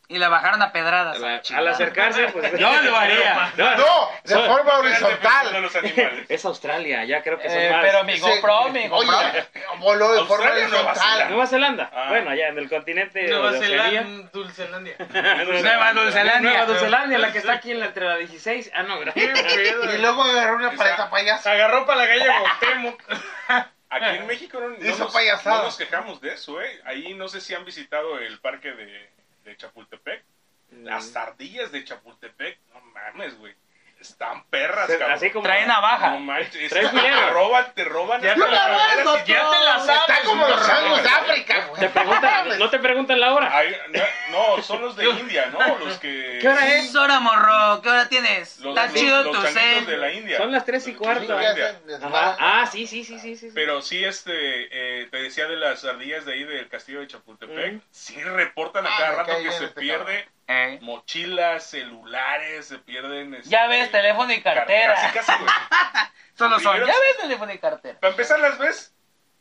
Speaker 3: Y la bajaron a pedradas.
Speaker 2: Al-
Speaker 3: a la
Speaker 2: al acercarse, pues...
Speaker 3: Ah, Yo lo haría.
Speaker 2: No,
Speaker 7: No, de
Speaker 2: son-
Speaker 7: forma
Speaker 4: De
Speaker 7: horizontal.
Speaker 4: los animales.
Speaker 2: Es Australia, ya creo que son
Speaker 3: Eh,
Speaker 2: más.
Speaker 3: pero mi GoPro, mi GoPro.
Speaker 7: Oye, voló de forma
Speaker 4: Australia, Nueva
Speaker 7: horizontal.
Speaker 2: Nueva Zelanda.
Speaker 4: Ah.
Speaker 2: Bueno, allá en el continente
Speaker 1: Nueva
Speaker 2: de Oceanía.
Speaker 1: Zelanda, Dulcelandia.
Speaker 2: Nueva
Speaker 3: Dulcelandia.
Speaker 2: Nueva Dulcelandia, la que está aquí en la, entre la 16. Ah, no, gracias.
Speaker 7: Y luego agarró una paleta
Speaker 1: Se
Speaker 7: payasa.
Speaker 1: agarró para la calle Cuauhtémoc.
Speaker 4: Aquí en México no, no
Speaker 7: Hizo
Speaker 4: nos,
Speaker 7: payasada.
Speaker 4: no nos quejamos de eso, ¿eh? Ahí no sé si han visitado el parque de, de Chapultepec.
Speaker 2: Mm.
Speaker 4: Las ardillas de Chapultepec, no mames, güey. Están perras, cabrón.
Speaker 2: Así como.
Speaker 3: Trae navaja.
Speaker 4: No manches.
Speaker 2: Trae
Speaker 4: Te
Speaker 2: culero.
Speaker 4: roban, te roban.
Speaker 1: Ya
Speaker 4: hasta
Speaker 1: te
Speaker 4: las
Speaker 1: la
Speaker 4: banderas y
Speaker 5: ves,
Speaker 4: ya te las-
Speaker 7: Está como los changos de África,
Speaker 2: Te
Speaker 7: güey.
Speaker 2: preguntan, no te preguntan la hora.
Speaker 4: Ay, no, no, son los de India, ¿no? Los que...
Speaker 2: ¿Qué hora es?
Speaker 3: ¿Qué hora, morro? ¿Qué hora tienes?
Speaker 4: Los,
Speaker 3: Está
Speaker 4: los-
Speaker 3: chido
Speaker 4: los
Speaker 3: tu
Speaker 4: changuitos
Speaker 3: cel.
Speaker 4: de la India.
Speaker 2: Son las tres y
Speaker 4: Los
Speaker 2: cuarto.
Speaker 4: changuitos de la India.
Speaker 2: Ajá. Ah, sí, sí, sí, sí. sí. sí.
Speaker 4: Pero sí, este, eh, te decía de las ardillas de ahí del castillo de Chapultepec.
Speaker 2: Ujú.
Speaker 4: Sí reportan a
Speaker 5: Ah,
Speaker 4: cada
Speaker 5: me
Speaker 4: rato
Speaker 5: cae
Speaker 4: que
Speaker 5: bien
Speaker 4: se
Speaker 5: este
Speaker 4: pierde
Speaker 3: Eh.
Speaker 4: mochilas, celulares, se pierden... este,
Speaker 6: Ya ves, teléfono y
Speaker 4: car-
Speaker 6: cartera.
Speaker 4: Casi, casi, güey.
Speaker 3: Solo son.
Speaker 4: Primero-
Speaker 6: Ya ves, teléfono y cartera.
Speaker 4: Para empezar, las ves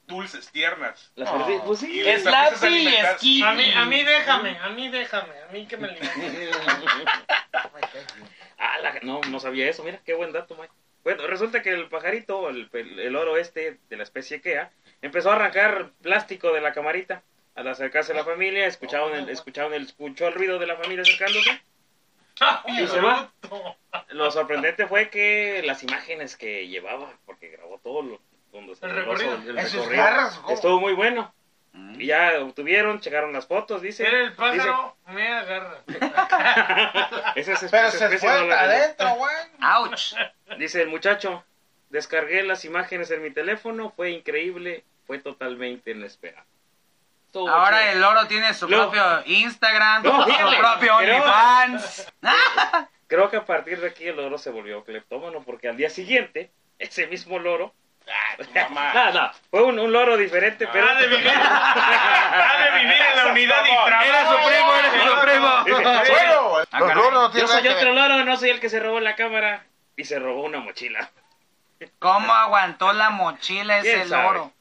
Speaker 4: dulces, tiernas.
Speaker 2: Las perdi- pues sí.
Speaker 4: Y les
Speaker 6: Es
Speaker 4: empiezas a
Speaker 6: lápiz,
Speaker 4: alimentar-
Speaker 6: esquí.
Speaker 1: A mí, a mí déjame, a mí déjame, a mí que me elimine.
Speaker 2: Ah, la- no, no sabía eso. Mira, qué buen dato, Mike. Bueno, resulta que el pajarito, el, el, el oro este de la especie Ikea, empezó a arrancar plástico de la camarita. Al acercarse a la familia, escucharon el, escucharon el, escuchó el ruido de la familia acercándose y se va. Lo sorprendente fue que las imágenes que llevaba, porque grabó todo lo, cuando se
Speaker 1: El
Speaker 2: grabó su-
Speaker 1: recorrido.
Speaker 2: el
Speaker 7: En sus
Speaker 2: recorrido.
Speaker 7: garras, ¿cómo?
Speaker 2: Estuvo muy bueno.
Speaker 7: Mm.
Speaker 2: Y ya obtuvieron, checaron las fotos, dice.
Speaker 1: Era el pájaro, me agarra.
Speaker 2: Esa es-
Speaker 7: Pero
Speaker 2: esa
Speaker 7: se
Speaker 2: especie
Speaker 7: fue
Speaker 2: no la-
Speaker 7: hasta adentro, güey.
Speaker 3: Ouch.
Speaker 2: Dice el muchacho, descargué las imágenes en mi teléfono, fue increíble, fue totalmente inesperado. Todo
Speaker 3: Ahora
Speaker 2: chido.
Speaker 3: el loro tiene su
Speaker 2: Luego-
Speaker 3: propio Instagram,
Speaker 2: No,
Speaker 3: su
Speaker 2: fíjate,
Speaker 3: propio
Speaker 2: pero-
Speaker 3: OnlyFans.
Speaker 2: Creo que a partir de aquí el loro se volvió cleptómano porque al día siguiente, ese mismo loro...
Speaker 4: Ah, tu mamá.
Speaker 2: Nada, fue un, un loro diferente, pero...
Speaker 1: Ha de vivir,
Speaker 4: Ah,
Speaker 1: ha de vivir en la unidad y trabajo.
Speaker 3: Era su primo, era su primo.
Speaker 2: Dice,
Speaker 7: Bueno, los
Speaker 3: ah, caray.
Speaker 7: loros no
Speaker 2: yo soy
Speaker 7: tienen nada que
Speaker 2: otro
Speaker 7: ver.
Speaker 2: loro, no soy el que se robó la cámara. Y se robó una mochila.
Speaker 3: ¿Cómo aguantó la mochila ese
Speaker 2: ¿Quién sabe?
Speaker 3: loro?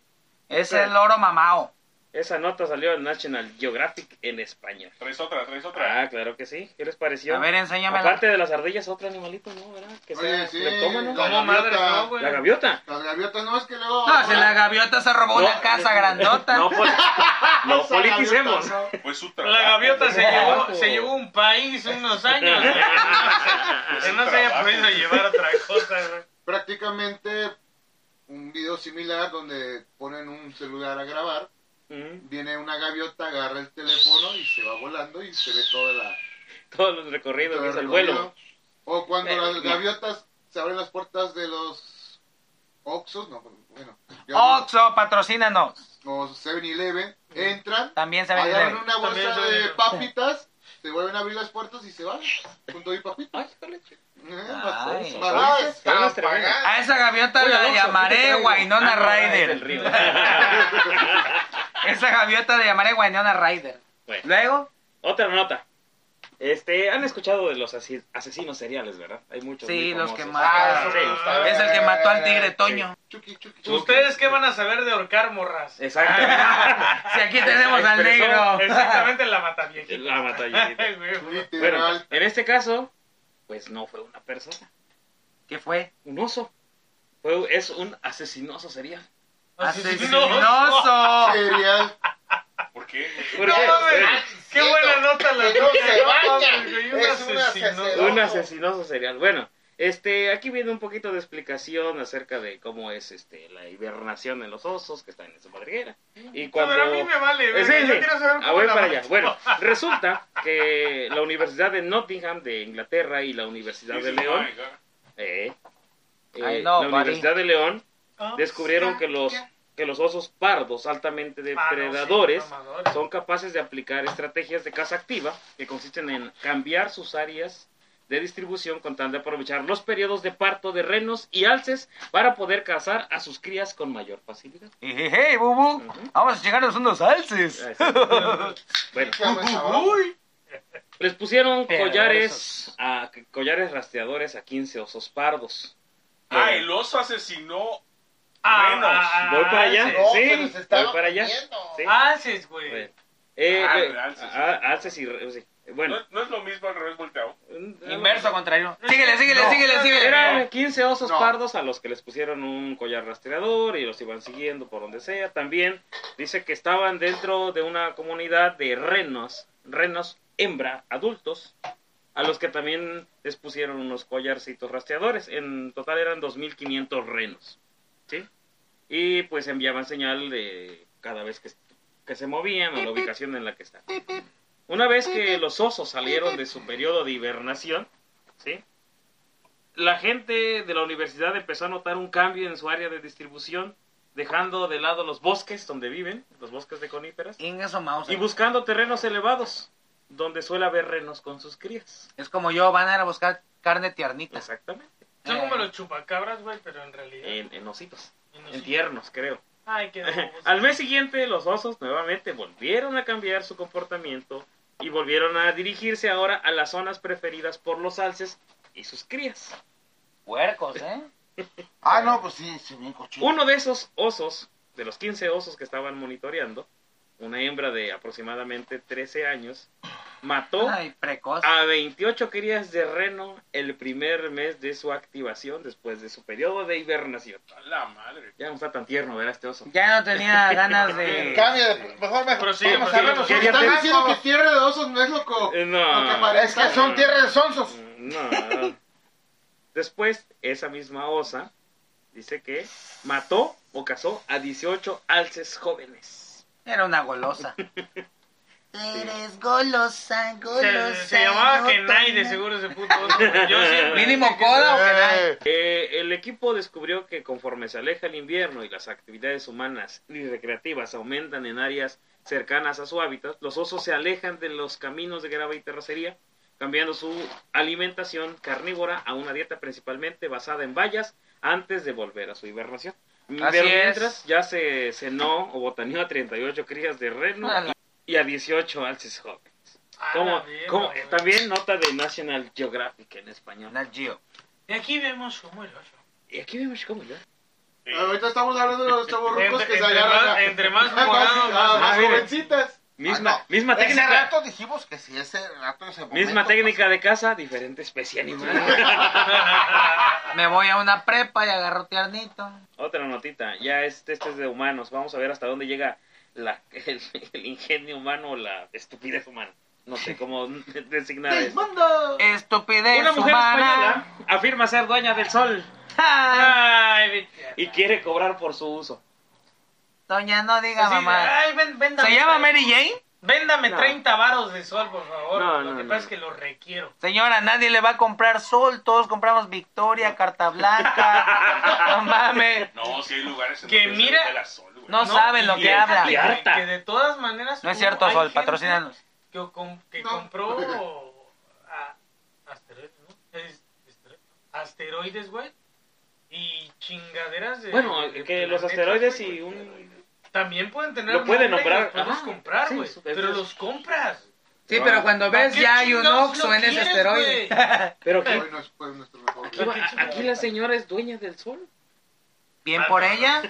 Speaker 3: Ese
Speaker 2: Sí.
Speaker 3: loro mamao.
Speaker 2: Esa nota salió en National Geographic en español.
Speaker 4: Traes otra, traes otra.
Speaker 2: Ah, claro que sí. ¿Qué les pareció?
Speaker 3: A ver, enséñamela.
Speaker 2: Aparte de las ardillas, otro animalito, ¿no? ¿Verdad? Que sea
Speaker 5: oye, sí.
Speaker 2: cleptómano.
Speaker 5: la
Speaker 1: Como madre,
Speaker 5: gaviota.
Speaker 1: no, güey.
Speaker 2: La gaviota.
Speaker 5: Las gaviotas, no, es que luego...
Speaker 3: No, si la gaviota se robó una casa grandota.
Speaker 2: No, pol- no
Speaker 5: Esa gaviota,
Speaker 2: politicemos.
Speaker 5: no.
Speaker 4: Fue su trabajo.
Speaker 1: La gaviota se llevó, se llevó un país unos años. güey. Que no se haya pues- podido llevar otra cosa, güey.
Speaker 5: Prácticamente un video similar donde ponen un celular a grabar,
Speaker 2: Ujú.
Speaker 5: viene una gaviota, agarra el teléfono y se va volando y se ve toda la...
Speaker 2: Todos los recorridos, que es el vuelo.
Speaker 5: O cuando
Speaker 2: Eh,
Speaker 5: las
Speaker 2: no.
Speaker 5: gaviotas se abren las puertas de los Oxxos, no, bueno. yo-
Speaker 3: Oxo, patrocínanos.
Speaker 5: o 7-Eleven, entran,
Speaker 3: También se
Speaker 5: agarran
Speaker 3: vende.
Speaker 5: una bolsa
Speaker 1: También
Speaker 5: de
Speaker 1: se-
Speaker 5: papitas, se vuelven a abrir las puertas y se van con todo y papitas. Eh,
Speaker 3: Ay.
Speaker 5: más- más-
Speaker 2: Pero
Speaker 7: está
Speaker 2: es tremendo.
Speaker 7: pagando.
Speaker 3: A esa gaviota
Speaker 2: Oye,
Speaker 3: la
Speaker 2: Alonso, ¿qué te
Speaker 3: llamaré
Speaker 2: traigo?
Speaker 3: Guainona
Speaker 2: Ah, no, es del
Speaker 3: Rider.
Speaker 2: río.
Speaker 3: Esa gaviota la llamaré Guainona Rider.
Speaker 2: Bueno.
Speaker 3: Luego,
Speaker 2: Otra nota. Este, han escuchado de los asi- asesinos seriales, ¿verdad? Hay muchos.
Speaker 3: sí,
Speaker 2: muy
Speaker 3: los que
Speaker 2: famosos.
Speaker 7: Ah,
Speaker 3: matan.
Speaker 7: eso me gustaba.
Speaker 3: Es el que mató al tigre Toño.
Speaker 5: Chucky, chucky, chucky.
Speaker 1: ¿Ustedes qué van a saber de ahorcar morras?
Speaker 2: Exactamente.
Speaker 3: Si aquí tenemos al
Speaker 2: Expresó-
Speaker 3: negro.
Speaker 1: Exactamente la mata viejita.
Speaker 2: La matallita. Bueno,
Speaker 5: Literal.
Speaker 2: en este caso, pues no fue una persona,
Speaker 3: ¿Qué fue?
Speaker 2: un oso. Fue, es un asesinoso serial.
Speaker 3: Asesinoso.
Speaker 5: Serial.
Speaker 4: ¿Por qué?
Speaker 2: ¿Por
Speaker 5: No
Speaker 2: qué?
Speaker 5: mames.
Speaker 1: Qué buena nota la
Speaker 5: Que no
Speaker 1: nota,
Speaker 5: se baña.
Speaker 1: mames, güey, un
Speaker 5: Es un
Speaker 1: asesino.
Speaker 5: asesino.
Speaker 2: Un asesinoso serial. Bueno, este, aquí viene un poquito de explicación acerca de cómo es este la hibernación en los osos que están en su madriguera. Y cuando
Speaker 1: Pero a mí me vale,
Speaker 2: Eh,
Speaker 1: güey,
Speaker 2: sí,
Speaker 1: yo
Speaker 2: sí.
Speaker 1: quiero saber
Speaker 2: Ah,
Speaker 1: cómo
Speaker 2: voy
Speaker 1: la
Speaker 2: para
Speaker 1: mata.
Speaker 2: allá. Bueno, resulta que la Universidad de Nottingham de Inglaterra y la Universidad de León, eh, eh,
Speaker 3: Ay, no,
Speaker 2: la
Speaker 3: buddy.
Speaker 2: Universidad de León
Speaker 1: Ah,
Speaker 2: descubrieron
Speaker 1: sí,
Speaker 2: que los
Speaker 1: ya.
Speaker 2: que los osos pardos altamente
Speaker 1: Ah, no,
Speaker 2: depredadores
Speaker 1: sí, mamadores.
Speaker 2: son capaces de aplicar estrategias de caza activa que consisten en cambiar sus áreas de distribución con tal de aprovechar los periodos de parto de renos y alces para poder cazar a sus crías con mayor facilidad.
Speaker 3: Y je, je, bubu.
Speaker 2: Ujú.
Speaker 3: Vamos a llegar a unos alces.
Speaker 2: Ah, exacto. bueno, les pusieron
Speaker 3: Pero
Speaker 2: collares a, collares rastreadores a 15 osos pardos.
Speaker 4: Ah, el oso asesinó.
Speaker 1: Ah,
Speaker 4: Renos.
Speaker 1: ah,
Speaker 2: Voy para allá.
Speaker 1: alces.
Speaker 2: sí,
Speaker 7: se los estaba
Speaker 2: voy para allá.
Speaker 7: comiendo.
Speaker 2: Sí.
Speaker 1: Alces, güey.
Speaker 2: Bueno. Eh,
Speaker 4: Ah,
Speaker 2: eh,
Speaker 4: alces.
Speaker 2: a- alces y re- sí. Bueno,
Speaker 4: No, no es lo mismo al revés volteado.
Speaker 3: Inverso contrario. Síguele, síguele, síguele, síguele.
Speaker 2: Eran 15 osos
Speaker 5: No.
Speaker 2: pardos a los que les pusieron un collar rastreador y los iban siguiendo por donde sea. También dice que estaban dentro de una comunidad de renos, renos hembra adultos, a los que también les pusieron unos collarcitos rastreadores. En total eran 2.500 renos. ¿sí? Y pues enviaban señal de cada vez que, que se movían a la ubicación en la que estaban. Una vez que los osos salieron de su periodo de hibernación, ¿sí? la gente de la universidad empezó a notar un cambio en su área de distribución, dejando de lado los bosques donde viven, los bosques de coníferas,
Speaker 3: Inga su mouse. eh.
Speaker 2: y buscando terrenos elevados, donde suele haber renos con sus crías.
Speaker 3: Es como yo, van a ir a buscar carne tiernita.
Speaker 2: Exactamente.
Speaker 1: Son como
Speaker 3: Eh.
Speaker 1: los chupacabras, güey, pero en realidad.
Speaker 2: En, en ositos,
Speaker 1: en los-
Speaker 2: en tiernos, creo.
Speaker 1: Ay, qué baboso.
Speaker 2: Al mes siguiente, los osos nuevamente volvieron a cambiar su comportamiento y volvieron a dirigirse ahora a las zonas preferidas por los alces y sus crías.
Speaker 3: Puercos, ¿eh?
Speaker 7: Ah, no, pues sí, sí, bien cochino.
Speaker 2: Uno de esos osos, de los 15 osos que estaban monitoreando, una hembra de aproximadamente 13 años, mató
Speaker 3: Ay, precoz.
Speaker 2: a 28 crías de reno el primer mes de su activación después de su periodo de hibernación.
Speaker 4: A la madre.
Speaker 2: Ya no está tan tierno, ¿verdad? Este oso.
Speaker 3: Ya no tenía ganas de.
Speaker 7: Cambio de. Mejor, mejor.
Speaker 1: Prosigue,
Speaker 7: vamos a
Speaker 1: prosigue.
Speaker 7: ver los
Speaker 2: ¿Qué- qué-
Speaker 7: osos
Speaker 5: Están diciendo que
Speaker 7: blancos.
Speaker 5: tierra de osos no es loco.
Speaker 2: Eh,
Speaker 5: Lo que
Speaker 2: No.
Speaker 5: parece.
Speaker 7: Es que son tierra de sonsos.
Speaker 2: Mm, No. Después, esa misma osa dice que mató o cazó a 18 alces jóvenes.
Speaker 3: Era una golosa.
Speaker 2: Eres
Speaker 3: golosa,
Speaker 1: se, se llamaba Kenai, de seguro ese puto. oso, güey. Yo siempre.
Speaker 3: Mínimo
Speaker 1: Ah,
Speaker 3: coda o Kenai.
Speaker 2: Eh, el equipo descubrió que conforme se aleja el invierno y las actividades humanas y recreativas aumentan en áreas cercanas a su hábitat, los osos se alejan de los caminos de grava y terracería, cambiando su alimentación carnívora a una dieta principalmente basada en bayas antes de volver a su hibernación. Pero
Speaker 3: es.
Speaker 2: mientras ya se cenó o botaneó a 38 crías de reno
Speaker 3: A la-
Speaker 2: y a 18 alces jóvenes.
Speaker 1: A Ah, la
Speaker 2: Como,
Speaker 1: verga,
Speaker 2: como-
Speaker 1: güey.
Speaker 2: también nota de National Geographic en español.
Speaker 3: Nat Geo.
Speaker 1: Y aquí vemos cómo el oso.
Speaker 2: Y aquí vemos cómo ya.
Speaker 5: Ahorita estamos hablando de los chavorrucos
Speaker 1: Entre,
Speaker 5: que se
Speaker 1: entre
Speaker 5: agarran.
Speaker 1: más,
Speaker 5: a- Ah,
Speaker 1: entre más
Speaker 5: a
Speaker 1: morado,
Speaker 5: a- a
Speaker 1: más.
Speaker 2: Ah, miren.
Speaker 5: jovencitas.
Speaker 2: Misma,
Speaker 7: Ah, no.
Speaker 2: misma
Speaker 7: Ese
Speaker 2: técnica.
Speaker 7: rato dijimos que sí, ese rato, ese momento.
Speaker 2: Misma técnica de caza, diferente especie animal.
Speaker 3: Me voy a una prepa y agarro tiernito.
Speaker 2: Otra notita, ya este, este es de humanos. Vamos a ver hasta dónde llega la, el, el ingenio humano o la estupidez humana. No sé cómo designar eso.
Speaker 3: Estupidez
Speaker 2: Una mujer española
Speaker 3: humana.
Speaker 2: afirma ser dueña del sol
Speaker 3: Ay,
Speaker 1: Ay, vete.
Speaker 2: y quiere cobrar por su uso.
Speaker 3: Doña, no diga
Speaker 1: Así,
Speaker 3: mamá.
Speaker 1: ay, ven, ven,
Speaker 3: ¿Se
Speaker 1: dame-
Speaker 3: llama Mary Jane?
Speaker 1: Véndame
Speaker 2: No.
Speaker 1: 30 varos de sol, por favor.
Speaker 2: No,
Speaker 1: Lo
Speaker 2: no,
Speaker 1: que
Speaker 2: no.
Speaker 1: pasa es que lo requiero.
Speaker 3: Señora, nadie le va a comprar sol, todos compramos Victoria, Carta Blanca. No mames,
Speaker 4: No, si hay lugares en
Speaker 1: Que
Speaker 4: donde
Speaker 1: mira-
Speaker 4: se vende la sol, güey.
Speaker 3: no, saben lo
Speaker 1: y
Speaker 3: que
Speaker 1: fíjate
Speaker 3: habla.
Speaker 2: y
Speaker 1: Que,
Speaker 2: harta.
Speaker 1: que de todas maneras.
Speaker 3: No es
Speaker 1: hubo-
Speaker 3: cierto,
Speaker 1: hay
Speaker 3: Sol,
Speaker 1: gente
Speaker 3: patrocínanos.
Speaker 1: Que, com- que
Speaker 5: No.
Speaker 1: compró a- asteroides, ¿no? Es- estero- asteroides, güey. Y chingaderas de.
Speaker 2: Bueno,
Speaker 1: de
Speaker 2: que los
Speaker 1: planetas,
Speaker 2: asteroides
Speaker 1: güey.
Speaker 2: y un...
Speaker 1: También pueden tener.
Speaker 2: Lo pueden
Speaker 1: nombre y
Speaker 2: nombrar,
Speaker 1: Los podemos
Speaker 2: ajá,
Speaker 1: comprar,
Speaker 2: sí,
Speaker 1: güey.
Speaker 2: su-
Speaker 1: pero
Speaker 2: es-
Speaker 1: los compras.
Speaker 3: Sí, pero cuando
Speaker 1: ¿Para
Speaker 3: ves
Speaker 1: qué
Speaker 3: ya hay un
Speaker 1: chingados
Speaker 3: Oxxo
Speaker 1: lo
Speaker 3: en ese
Speaker 1: quieres,
Speaker 3: asteroide.
Speaker 1: güey?
Speaker 2: Pero aquí,
Speaker 5: Hoy no es pues, nuestro mejor
Speaker 2: Eh. aquí,
Speaker 5: día.
Speaker 2: va- aquí la señora es dueña del sol.
Speaker 3: Bien por ella.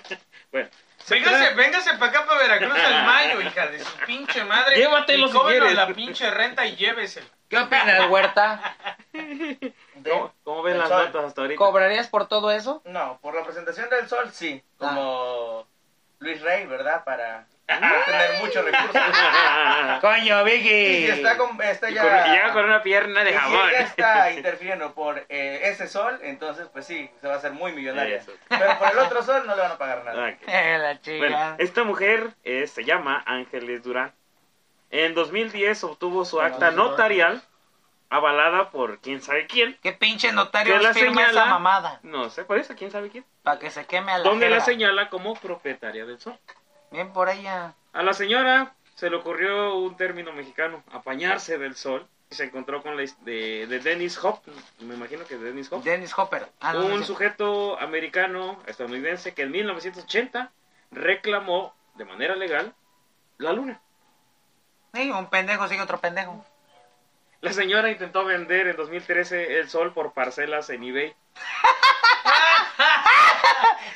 Speaker 1: Véngase, véngase para acá, para Veracruz, al mayo, hija de su pinche madre.
Speaker 2: Llévatelo
Speaker 1: y
Speaker 2: si
Speaker 1: cóbrenos
Speaker 2: quieres.
Speaker 1: la pinche renta y lléveselo.
Speaker 3: ¿Qué opinas, Huerta?
Speaker 6: De-
Speaker 2: ¿Cómo, cómo ven
Speaker 6: del
Speaker 2: las
Speaker 6: sol.
Speaker 2: notas hasta ahorita?
Speaker 3: ¿Cobrarías por todo eso?
Speaker 6: No, por la presentación del sol, sí. Como Luis Rey, ¿verdad? Para no tener muchos recursos.
Speaker 3: Coño,
Speaker 6: Y
Speaker 3: Vicky.
Speaker 6: si está, con, está
Speaker 2: Y
Speaker 6: ya...
Speaker 2: con- y llega con una pierna
Speaker 6: y
Speaker 2: de
Speaker 6: si
Speaker 2: jabón.
Speaker 6: ella está interfiriendo por eh, ese sol, entonces pues sí, se va a hacer muy millonaria.
Speaker 2: Eso.
Speaker 6: Pero por el otro sol no le van a pagar nada.
Speaker 2: Ah, ok.
Speaker 3: Eh, la
Speaker 2: Bueno,
Speaker 3: chica.
Speaker 2: esta mujer eh, se llama Ángeles Durán. En 2010 obtuvo su acta notarial avalada por quién sabe quién.
Speaker 3: ¿Qué pinche
Speaker 2: ¿Qué
Speaker 3: notario
Speaker 2: la
Speaker 3: firma
Speaker 2: señala?
Speaker 3: esa mamada?
Speaker 2: No sé, por eso quién sabe quién.
Speaker 3: Para que se queme a la
Speaker 2: Donde la
Speaker 3: jera.
Speaker 2: señala como propietaria del sol.
Speaker 3: Bien por ella.
Speaker 2: A la señora se le ocurrió un término mexicano, apañarse del sol. Y se encontró con la his- de, de Dennis Hop, me imagino que Dennis Hop,
Speaker 3: Dennis Hopper. Ah, no, no
Speaker 2: un
Speaker 3: es cierto.
Speaker 2: sujeto americano estadounidense que en 1980 reclamó de manera legal la luna.
Speaker 3: Sí, un pendejo sigue otro pendejo.
Speaker 2: La señora intentó vender en 2013 el sol por parcelas en eBay.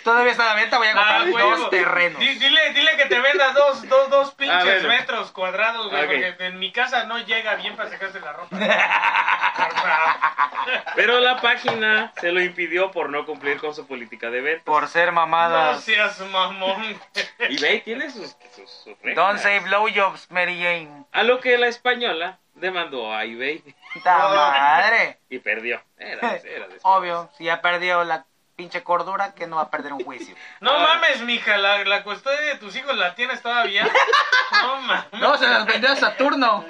Speaker 3: Todavía está a la venta, voy a comprar
Speaker 1: Ah, huevo.
Speaker 3: dos terrenos.
Speaker 1: Di- Dile, dile que te venda dos, dos, dos pinches
Speaker 2: Ah, bueno.
Speaker 1: metros cuadrados, güey,
Speaker 2: Ok.
Speaker 1: porque en mi casa no llega bien para sacarse la ropa. Carnal.
Speaker 2: Pero la página se lo impidió por no cumplir con su política de venta.
Speaker 3: Por ser
Speaker 1: no
Speaker 3: mamadas.
Speaker 1: seas mamón.
Speaker 2: eBay tiene sus, sus, sus reglas.
Speaker 3: Don't say blowjobs, Mary Jane.
Speaker 2: A lo que la española demandó a eBay
Speaker 3: ¡Ta madre!
Speaker 2: y perdió. Era, de- era de esperarse.
Speaker 3: Obvio, si ya perdió la pinche cordura, que no va a perder un juicio.
Speaker 1: No
Speaker 2: Ah.
Speaker 1: mames, mija, la, la custodia de tus hijos la tienes todavía. No mames.
Speaker 3: No, se las vendió a Saturno.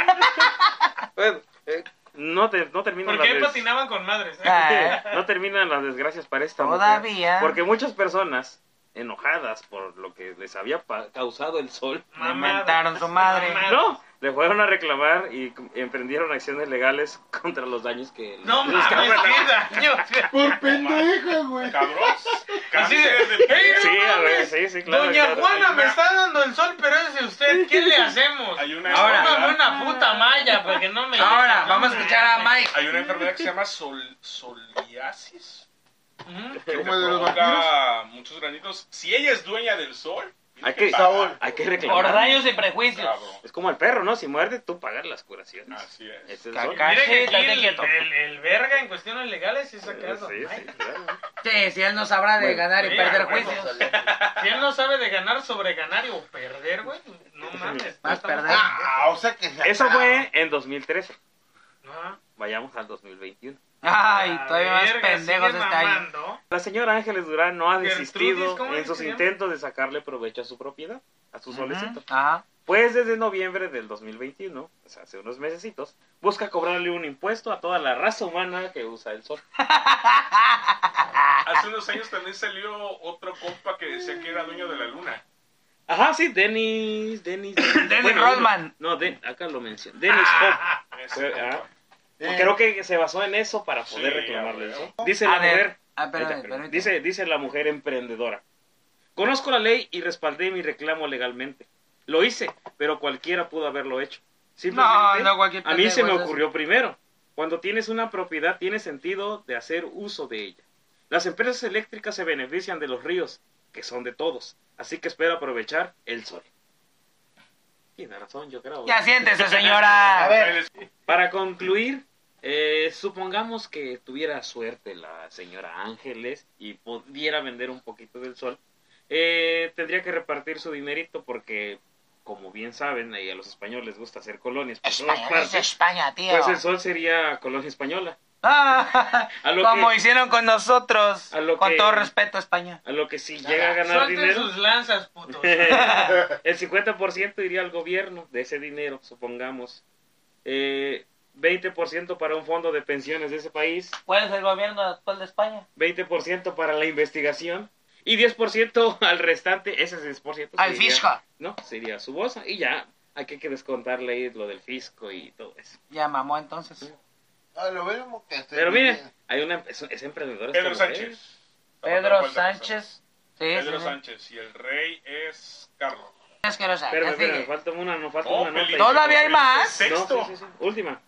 Speaker 2: Bueno, eh, no, te- no terminan
Speaker 1: Porque ahí
Speaker 2: las des-
Speaker 1: patinaban con madres. ¿eh?
Speaker 3: Ah,
Speaker 2: no terminan las desgracias para esta mujer.
Speaker 3: Todavía.
Speaker 2: Porque muchas personas enojadas por lo que les había pa- causado el sol,
Speaker 3: Me
Speaker 1: Mamadas.
Speaker 3: mentaron su madre.
Speaker 1: Mamadas.
Speaker 2: no, le fueron a reclamar y com- emprendieron acciones legales contra los daños que
Speaker 1: No
Speaker 2: les
Speaker 1: mames, qué daño.
Speaker 5: Por pendeja, güey.
Speaker 4: Cabrón.
Speaker 1: Así de,
Speaker 4: Cáncer de
Speaker 1: "Ey,
Speaker 4: piel.
Speaker 1: no
Speaker 2: Sí, a
Speaker 1: mames,
Speaker 2: ver, sí, sí, claro.
Speaker 1: Doña
Speaker 2: claro.
Speaker 1: Juana
Speaker 4: Hay
Speaker 1: me
Speaker 4: una-
Speaker 1: está dando el sol, pero es de usted. ¿Qué le hacemos?
Speaker 4: Hay una
Speaker 1: Ahora,
Speaker 4: enfermedad-
Speaker 1: una puta malla porque no me.
Speaker 3: Ahora, vamos a escuchar a Mike.
Speaker 4: Hay una enfermedad que se llama sol, soliasis.
Speaker 1: Ujú.
Speaker 4: Que le
Speaker 5: ¿Cómo de los
Speaker 4: provoca muchos granitos. Si ella es dueña del sol, tiene
Speaker 2: Hay que,
Speaker 4: pagar,
Speaker 2: hay que
Speaker 3: Por
Speaker 2: reclamar.
Speaker 3: rayos y prejuicios.
Speaker 4: cabrón.
Speaker 2: Es como el perro, ¿no? Si muerde, tú pagas las curaciones.
Speaker 4: Así es.
Speaker 2: Ese es el sol.
Speaker 3: Caca.
Speaker 1: Mire que
Speaker 3: Cachita,
Speaker 1: aquí
Speaker 3: te
Speaker 1: el,
Speaker 3: quieto.
Speaker 1: el, el verga en cuestiones legales es sacado.
Speaker 2: Eh, Sí, sí, claro.
Speaker 3: Sí, si él no sabrá de
Speaker 2: Bueno,
Speaker 3: ganar y
Speaker 1: mira,
Speaker 3: perder
Speaker 1: bueno,
Speaker 3: juicios.
Speaker 1: Si él no sabe de ganar, sobre ganar o perder, güey, no mames.
Speaker 3: Más
Speaker 1: Está-
Speaker 3: perder.
Speaker 7: Ah, o sea que...
Speaker 2: Eso fue en 2013.
Speaker 1: Ajá.
Speaker 2: Vayamos al 2021.
Speaker 3: Ay,
Speaker 2: Ah,
Speaker 1: La
Speaker 3: todavía más
Speaker 1: verga,
Speaker 3: pendejos de
Speaker 1: sigue
Speaker 3: este año.
Speaker 1: mamando.
Speaker 2: La señora Ángeles Durán no ha
Speaker 1: Gertrudis,
Speaker 2: desistido
Speaker 1: ¿cómo
Speaker 2: en
Speaker 1: es
Speaker 2: sus
Speaker 1: que se
Speaker 2: intentos de sacarle provecho a su propiedad, a su solecito.
Speaker 3: Ujú, Ajá.
Speaker 2: Pues desde noviembre del 2021, o sea, hace unos mesecitos, busca cobrarle un impuesto a toda la raza humana que usa el sol.
Speaker 1: Ah,
Speaker 4: Hace unos años también salió otro compa que decía que era dueño de la luna.
Speaker 2: Ajá, sí, Dennis, Dennis, Dennis,
Speaker 3: Dennis
Speaker 2: uno-
Speaker 3: Rodman.
Speaker 2: No, Den- acá lo mencioné. Dennis Hope.
Speaker 4: Ese
Speaker 2: Ah.
Speaker 4: compa.
Speaker 7: Eh,
Speaker 2: Creo que se basó en eso para
Speaker 4: Sí,
Speaker 2: poder reclamarle
Speaker 4: a
Speaker 2: el
Speaker 4: huevo.
Speaker 2: sol. Dice
Speaker 3: A
Speaker 2: la
Speaker 3: ver,
Speaker 2: mujer.
Speaker 3: ah, espérame,
Speaker 2: Ahí está, espérame.
Speaker 3: permíteme.
Speaker 2: Dice, dice la mujer emprendedora. Conozco la ley y respaldé mi reclamo legalmente. Lo hice, pero cualquiera pudo haberlo hecho.
Speaker 3: No,
Speaker 2: Simplemente
Speaker 3: no, cualquier
Speaker 2: a mí se me
Speaker 3: pendejo es
Speaker 2: ocurrió primero. Cuando tienes una propiedad tiene sentido de hacer uso de ella. Las empresas eléctricas se benefician de los ríos, que son de todos. Así que espero aprovechar el sol. Tiene razón, yo creo.
Speaker 3: eso. Ya siéntese,
Speaker 7: a
Speaker 3: señora.
Speaker 7: ver,
Speaker 2: Para concluir, eh, supongamos que tuviera suerte la señora Ángeles y pudiera vender un poquito del sol, eh, tendría que repartir su dinerito porque, como bien saben, ahí a los españoles les gusta hacer colonias por todas
Speaker 3: Español es
Speaker 2: partes.
Speaker 3: España, tío.
Speaker 2: Pues el sol sería colonia española.
Speaker 3: Ah,
Speaker 2: A lo
Speaker 3: como
Speaker 2: que-
Speaker 3: hicieron con nosotros.
Speaker 2: A lo
Speaker 3: Con
Speaker 2: que-
Speaker 3: todo respeto, España.
Speaker 2: A lo que si llega a ganar
Speaker 1: Suelten
Speaker 2: dinero,
Speaker 1: sus lanzas, putos.
Speaker 2: el 50% iría al gobierno de ese dinero, supongamos. Eh, 20% para un fondo de pensiones de ese país,
Speaker 6: ¿Cuál es el gobierno actual de España?
Speaker 2: 20% para la investigación y 10% al restante, ese 10%. se
Speaker 3: Al
Speaker 2: iría-
Speaker 3: fisco.
Speaker 2: No, sería su bolsa y ya. Aquí hay que descontarle ahí lo del fisco y todo eso.
Speaker 3: Ya mamó entonces.
Speaker 7: Ah, lo mismo que
Speaker 2: Pero miren, hay una es, es emprendedora. esta
Speaker 4: Pedro
Speaker 2: mujer.
Speaker 4: Sánchez.
Speaker 3: Pedro Sánchez. Sí,
Speaker 4: Pedro
Speaker 3: sí, sí.
Speaker 4: Sánchez y el rey es Carlos.
Speaker 3: Es que no sabe,
Speaker 2: Espérame,
Speaker 3: ya
Speaker 2: espérame,
Speaker 3: sigue.
Speaker 2: falta una, nos falta
Speaker 4: No,
Speaker 2: una nota.
Speaker 4: Felipe,
Speaker 3: ¿Todavía hay
Speaker 4: Felipe
Speaker 3: más?
Speaker 4: es Sexto.
Speaker 2: No, sí, sí, sí. Última.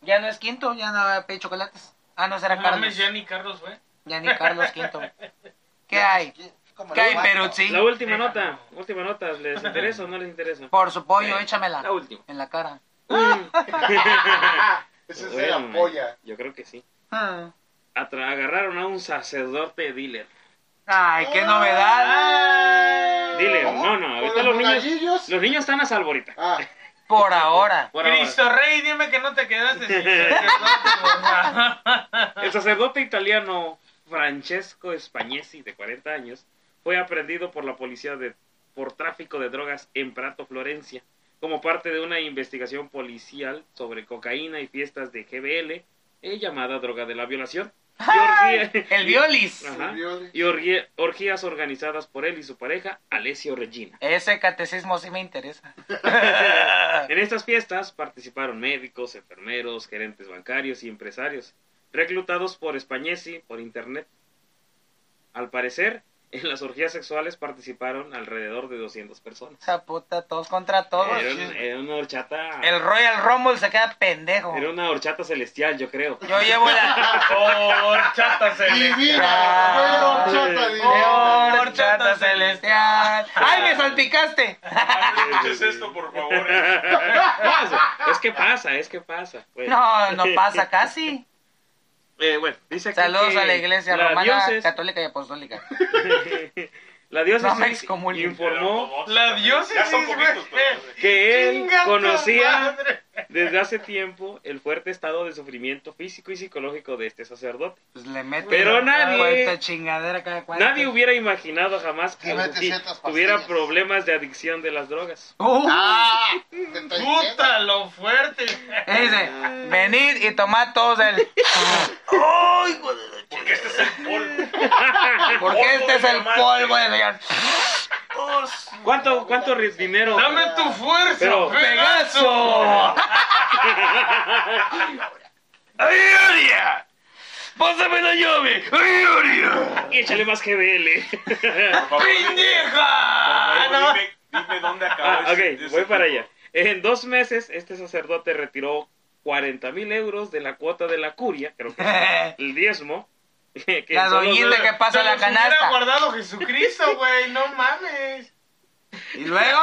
Speaker 3: Ya no es quinto, ya no va a pedir chocolates. Ah, no será
Speaker 1: No
Speaker 3: Carlos.
Speaker 1: mames, ya ni Carlos, güey.
Speaker 3: Ya ni Carlos quinto. ¿Qué hay? ¿Qué hay, Peruzzi?
Speaker 2: La última
Speaker 1: Venga,
Speaker 2: nota, última nota, ¿les interesa o no les interesa?
Speaker 3: Por su pollo,
Speaker 2: Sí.
Speaker 3: échamela.
Speaker 2: La última. Mm, pues
Speaker 3: En la cara. Ah,
Speaker 7: Ah, Esa es la polla.
Speaker 2: Yo creo que sí.
Speaker 3: Ah.
Speaker 2: Atra- agarraron a un sacerdote dealer.
Speaker 3: Ay, qué
Speaker 2: Ah.
Speaker 5: Ah.
Speaker 3: novedad.
Speaker 2: Dealer, no, no, ahorita
Speaker 7: ¿Con
Speaker 2: los
Speaker 7: los
Speaker 2: niños,
Speaker 7: monaguillos?
Speaker 2: los niños están a salvo ahorita.
Speaker 7: Ah,
Speaker 3: Por ahora.
Speaker 2: Por ahora.
Speaker 1: Cristo Rey, dime que no te quedaste sin sacerdote, por favor.
Speaker 2: El sacerdote italiano Francesco Spagnesi, de 40 años, fue aprendido por la policía de, por tráfico de drogas en Prato, Florencia, como parte de una investigación policial sobre cocaína y fiestas de GBL, eh, llamada droga de la violación. Y orgía-
Speaker 3: El violis.
Speaker 2: Ajá.
Speaker 5: Viola.
Speaker 2: y orgie- orgías organizadas por él y su pareja, Alessio Regina.
Speaker 3: Ese catecismo sí me interesa.
Speaker 2: En estas fiestas participaron médicos, enfermeros, gerentes bancarios y empresarios, reclutados por Españesi por internet. Al parecer, en las orgías sexuales participaron alrededor de 200 personas.
Speaker 3: Esa puta, todos contra todos.
Speaker 2: Era, un- era una horchata.
Speaker 3: El Royal Rumble se queda pendejo.
Speaker 2: Era una horchata celestial, yo creo.
Speaker 3: Yo llevo la.
Speaker 1: Horchata
Speaker 3: Ah.
Speaker 5: Divina. Pero chata, divina.
Speaker 3: Peor chata celestial. ¡Ay, me salpicaste!
Speaker 4: Ah, no escuches esto, por favor. eh.
Speaker 2: Es que pasa, es que pasa. pues.
Speaker 3: No, no pasa casi.
Speaker 2: Eh, bueno, dice aquí
Speaker 3: Saludos
Speaker 2: que
Speaker 3: a la iglesia
Speaker 2: la
Speaker 3: romana,
Speaker 2: dioses-
Speaker 3: católica y apostólica.
Speaker 2: la diosa
Speaker 3: No me excomulguen.
Speaker 2: informó
Speaker 1: La
Speaker 4: Ya son
Speaker 1: diócesis, güey.
Speaker 4: poquitos, pero-
Speaker 2: que él
Speaker 1: Chinga tu
Speaker 2: conocía
Speaker 1: madre.
Speaker 2: desde hace tiempo el fuerte estado de sufrimiento físico y psicológico de este sacerdote.
Speaker 3: Pues le mete
Speaker 2: Pero
Speaker 3: una
Speaker 2: nadie-
Speaker 3: cuarta chingadera cada cuarto.
Speaker 2: Nadie hubiera imaginado jamás que
Speaker 7: Que mete
Speaker 2: Agustín
Speaker 7: ciertas
Speaker 2: tuviera
Speaker 7: pastillas.
Speaker 2: problemas de adicción de las drogas.
Speaker 3: Uh,
Speaker 7: Ah, te estoy diciendo.
Speaker 1: Puta, lo fuerte.
Speaker 3: y eh, dice, venid y tomad todos el... ¡Ay, hijo de la
Speaker 4: Porque este es el polvo.
Speaker 3: chingada! Porque este es el polvo de Dios.
Speaker 2: ¿Cuánto, cuánto ri- dinero? Ah,
Speaker 1: Dame tu fuerza,
Speaker 2: Pero-
Speaker 1: Pegaso.
Speaker 2: ¡Pásame la llave! Y échale más GBL.
Speaker 4: Por favor, dime,
Speaker 1: ¡Pendeja! Ah,
Speaker 4: por
Speaker 1: No.
Speaker 4: favor, dime- dime dónde acabó
Speaker 2: Ah,
Speaker 4: ese-
Speaker 2: ok,
Speaker 4: ese
Speaker 2: voy para
Speaker 4: tipo.
Speaker 2: allá. En dos meses, este sacerdote retiró 40 mil euros de la cuota de la curia, creo que es el diezmo. que
Speaker 3: La
Speaker 2: solo
Speaker 3: doñita
Speaker 2: debe-
Speaker 3: que pasa
Speaker 1: Se
Speaker 3: la
Speaker 1: los hubiera
Speaker 3: canasta.
Speaker 1: guardado Jesucristo, güey, no mames.
Speaker 3: Y luego,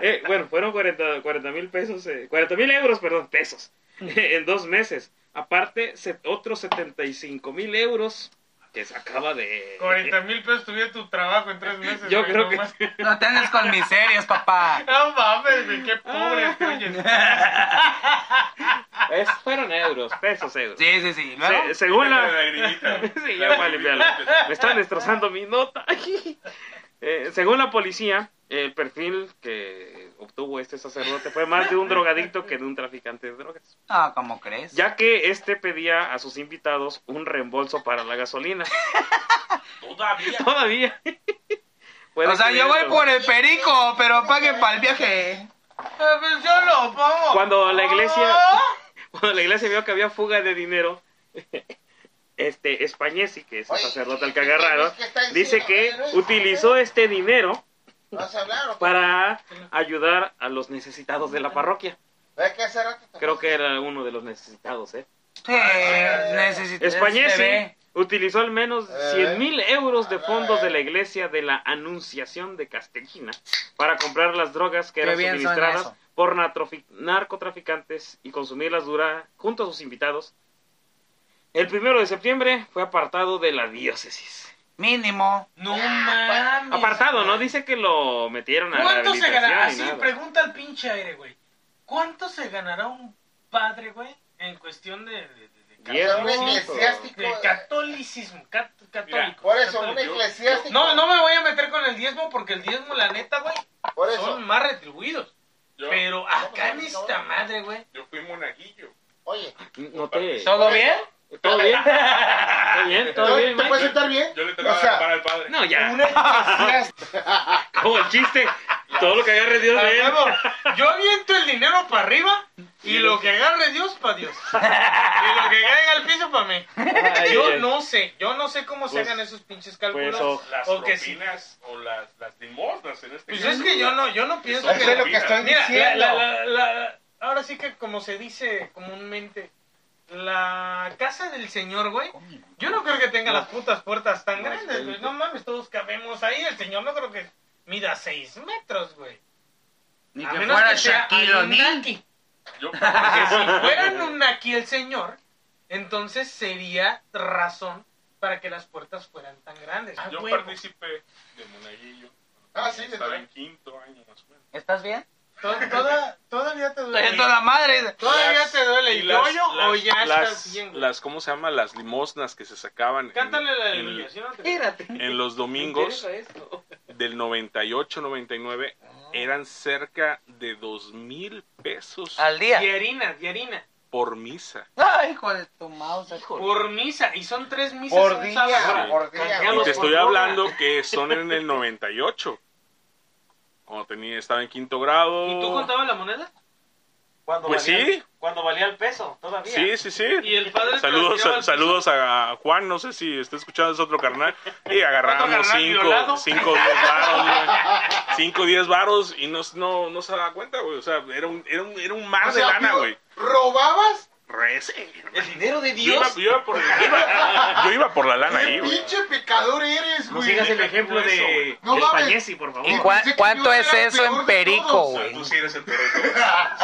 Speaker 2: Eh, bueno, fueron 40 mil pesos, eh, 40 mil euros, perdón, pesos, en dos meses. Aparte, se- otros 75 mil euros que sacaba de...
Speaker 1: 40 mil pesos tuviera tu trabajo en tres meses.
Speaker 2: Yo
Speaker 1: güey,
Speaker 2: creo
Speaker 1: no
Speaker 2: que...
Speaker 1: más.
Speaker 3: no te andes con miserias, papá.
Speaker 1: No mames, güey, qué pobre te oyes.
Speaker 2: Ah, Es- fueron euros, pesos, euros.
Speaker 3: Sí, sí, sí. ¿y
Speaker 2: Se-
Speaker 3: Luego,
Speaker 2: según la...
Speaker 4: La lagrimita.
Speaker 2: Sí, ya voy a limpiarlo. Me están destrozando mi nota. Eh, según la policía, el perfil que obtuvo este sacerdote fue más de un drogadicto que de un traficante de drogas,
Speaker 3: ah, ¿cómo crees?
Speaker 2: ya que este pedía a sus invitados un reembolso para la gasolina.
Speaker 4: Todavía.
Speaker 2: Todavía.
Speaker 3: O
Speaker 2: Pueden
Speaker 3: sea, yo voy
Speaker 2: creerlo.
Speaker 3: por el perico, pero paguen para el viaje.
Speaker 1: Ah, pues yo lo pongo.
Speaker 2: Cuando la iglesia, cuando la iglesia vio que había fuga de dinero, este Españesi, que es el
Speaker 7: Oye,
Speaker 2: sacerdote al que
Speaker 7: ¿qué- qué-
Speaker 2: agarraron,
Speaker 7: qué está diciendo?
Speaker 2: dice que
Speaker 7: Pero es-
Speaker 2: utilizó este dinero
Speaker 7: ¿Vas a hablar o qué?
Speaker 2: para ayudar a los necesitados de la parroquia.
Speaker 7: Ve que hace rato te-
Speaker 2: Creo que era uno de los necesitados, ¿eh?
Speaker 3: Sí, necesito este
Speaker 2: Españesi utilizó al menos
Speaker 7: Eh.
Speaker 2: 100 mil euros de fondos de la iglesia de la Anunciación de Castellina para comprar las drogas que
Speaker 3: Qué
Speaker 2: eran
Speaker 3: bien suena
Speaker 2: suministradas
Speaker 3: eso.
Speaker 2: por natrofi- narcotraficantes y consumirlas dura junto a sus invitados. El primero de septiembre fue apartado de la diócesis.
Speaker 3: Mínimo.
Speaker 1: No mames.
Speaker 2: Apartado, ¿no?
Speaker 1: güey.
Speaker 2: Dice que lo metieron a
Speaker 1: ¿Cuánto se ganará? Así,
Speaker 2: rehabilitación y nada.
Speaker 1: pregunta al pinche aire, güey. ¿Cuánto se ganará un padre, güey? En cuestión de, de- de- de
Speaker 2: Diez
Speaker 9: un
Speaker 2: minutos.
Speaker 9: eclesiástico.
Speaker 1: El catolicismo, cat- católico.
Speaker 9: eh. Por eso, un
Speaker 1: católico.
Speaker 9: eclesiástico.
Speaker 1: No, no me voy a meter con el diezmo porque el diezmo, la neta, güey,
Speaker 9: Por eso.
Speaker 1: son más retribuidos.
Speaker 4: Yo,
Speaker 1: Pero acá en
Speaker 9: no, no,
Speaker 1: esta
Speaker 9: no.
Speaker 1: madre, güey.
Speaker 4: yo fui monaguillo.
Speaker 9: Oye,
Speaker 2: No te...
Speaker 3: ¿Todo bien?
Speaker 2: ¿Todo bien? ¿Todo bien? ¿Todo
Speaker 9: ¿te
Speaker 2: bien,
Speaker 9: te puedes
Speaker 2: Mike?
Speaker 9: sentar bien?
Speaker 4: Yo le
Speaker 9: O
Speaker 4: trataba
Speaker 9: sea,
Speaker 4: de para al padre.
Speaker 2: No, ya.
Speaker 9: Un eclesiástico.
Speaker 2: Como el chiste. Todo lo que agarre Dios
Speaker 1: A
Speaker 2: de él.
Speaker 1: Ah, huevo. Yo aviento el dinero para arriba y lo que agarre Dios para Dios. Y lo que caiga al piso para mí.
Speaker 2: Ay,
Speaker 1: Yo
Speaker 2: ay.
Speaker 1: no sé, yo no sé cómo se
Speaker 2: Pues-
Speaker 1: hagan esos pinches
Speaker 2: pues,
Speaker 1: cálculos.
Speaker 2: o-
Speaker 4: Las
Speaker 1: o que sí.
Speaker 4: propinas o las, las limosnas en este
Speaker 1: Pues es que yo no, yo no pienso
Speaker 4: Eso
Speaker 9: Eso es
Speaker 1: que...
Speaker 9: lo que estoy
Speaker 1: Mira, la-
Speaker 9: diciendo.
Speaker 1: la- la- la- ahora sí que como se dice comúnmente, la casa del señor, güey, yo no creo que tenga las putas puertas tan grandes, güey. No mames, todos cabemos ahí. El señor no creo que mida seis metros, güey.
Speaker 3: Ni
Speaker 1: A
Speaker 3: que
Speaker 1: menos
Speaker 3: fuera
Speaker 1: que sea
Speaker 3: Shaquille O'Neal.
Speaker 1: Anunnaki.
Speaker 4: Yo,
Speaker 1: Porque si fueran un aquí el señor, entonces sería razón para que las puertas fueran tan grandes.
Speaker 4: yo
Speaker 1: Huevo.
Speaker 4: participé de monaguillo.
Speaker 9: Ah, sí, de
Speaker 4: Estaba
Speaker 9: verdad.
Speaker 4: en quinto año más o menos.
Speaker 3: ¿Estás bien?
Speaker 1: To- toda- todavía te duele.
Speaker 3: Estoy toda madre.
Speaker 1: Todavía
Speaker 4: Las-
Speaker 1: te duele
Speaker 4: y
Speaker 1: el
Speaker 4: las-
Speaker 1: yoyo o
Speaker 4: las-
Speaker 1: ya
Speaker 4: las,
Speaker 1: estás bien. güey?
Speaker 4: las, ¿cómo se llama? Las limosnas que se sacaban. en-
Speaker 1: Cántale la
Speaker 4: en-
Speaker 1: aleluya, ¿sí o no te-
Speaker 4: en los domingos del 98-99
Speaker 1: Ah.
Speaker 4: eran cerca de dos mil pesos
Speaker 3: Al día.
Speaker 1: Y harina, y harina.
Speaker 4: por misa.
Speaker 3: Ay, hijo de tu mouse.
Speaker 1: Por misa. Y son tres misas
Speaker 7: Por
Speaker 1: un
Speaker 7: día,
Speaker 1: sábado.
Speaker 7: por día.
Speaker 1: Canjeados
Speaker 4: Y te
Speaker 1: por
Speaker 4: estoy
Speaker 1: hora.
Speaker 4: hablando que son en el 98. Cuando tenía, estaba en quinto grado.
Speaker 1: ¿Y tú contabas la moneda?
Speaker 6: Cuando
Speaker 4: Pues
Speaker 6: valía,
Speaker 4: sí.
Speaker 6: Cuando valía el peso, todavía.
Speaker 4: Sí, sí, sí.
Speaker 1: Y el padre
Speaker 4: Saludos,
Speaker 1: te hacía-
Speaker 4: saludos a Juan, no sé si está escuchando, es otro carnal. Y
Speaker 1: Otro
Speaker 4: agarramos
Speaker 1: carnal violado.
Speaker 4: 5, 5, 10 varos, 5, 10 varos y no, no, no se daba cuenta, güey. O sea, era un, era un, era un mar
Speaker 9: O
Speaker 4: de
Speaker 9: sea,
Speaker 4: lana,
Speaker 9: tú
Speaker 4: güey.
Speaker 9: ¿Robabas?
Speaker 4: Rece.
Speaker 6: El dinero de
Speaker 4: Yo iba, yo iba por, yo iba- yo iba por la lana ahí,
Speaker 9: ¡Qué
Speaker 4: güey.
Speaker 9: pinche pecador eres,
Speaker 2: No
Speaker 9: güey!
Speaker 2: sigas el ejemplo
Speaker 4: eso,
Speaker 2: de
Speaker 4: güey.
Speaker 9: No
Speaker 2: de
Speaker 9: mames.
Speaker 2: Españesi, por
Speaker 9: Y
Speaker 2: favor.
Speaker 9: Juan-
Speaker 3: ¿Cuá-
Speaker 9: pensé que
Speaker 3: ¿Cuánto
Speaker 9: yo
Speaker 3: es
Speaker 9: era
Speaker 3: eso
Speaker 9: peor
Speaker 3: en
Speaker 9: de
Speaker 3: Perico,
Speaker 5: Oh,
Speaker 9: todos.
Speaker 4: O sea,
Speaker 3: güey?
Speaker 4: tú sí eres el perro.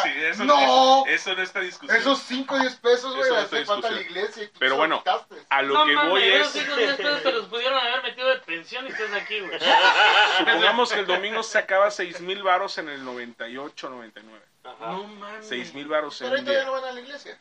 Speaker 4: Sí, eso
Speaker 9: No.
Speaker 4: es- eso no está en discusión.
Speaker 9: Esos 5 o 10 pesos, güey,
Speaker 4: Eso no
Speaker 9: le
Speaker 4: está
Speaker 9: hace falta a la
Speaker 4: discusión.
Speaker 9: iglesia. y tú
Speaker 4: Pero
Speaker 9: se
Speaker 4: bueno,
Speaker 9: lo quitaste.
Speaker 4: A lo
Speaker 1: No
Speaker 4: que
Speaker 1: mames,
Speaker 4: voy
Speaker 1: esos
Speaker 4: es.
Speaker 1: hijos de estos se los pudieron haber metido de pensión y estás aquí, güey.
Speaker 4: Supongamos que el domingo sacaba 6 mil varos en el 98, 99.
Speaker 1: No mames.
Speaker 4: 6 mil varos en
Speaker 9: Pero
Speaker 4: un
Speaker 9: Pues ahorita ya no
Speaker 4: día.
Speaker 9: van a la iglesia.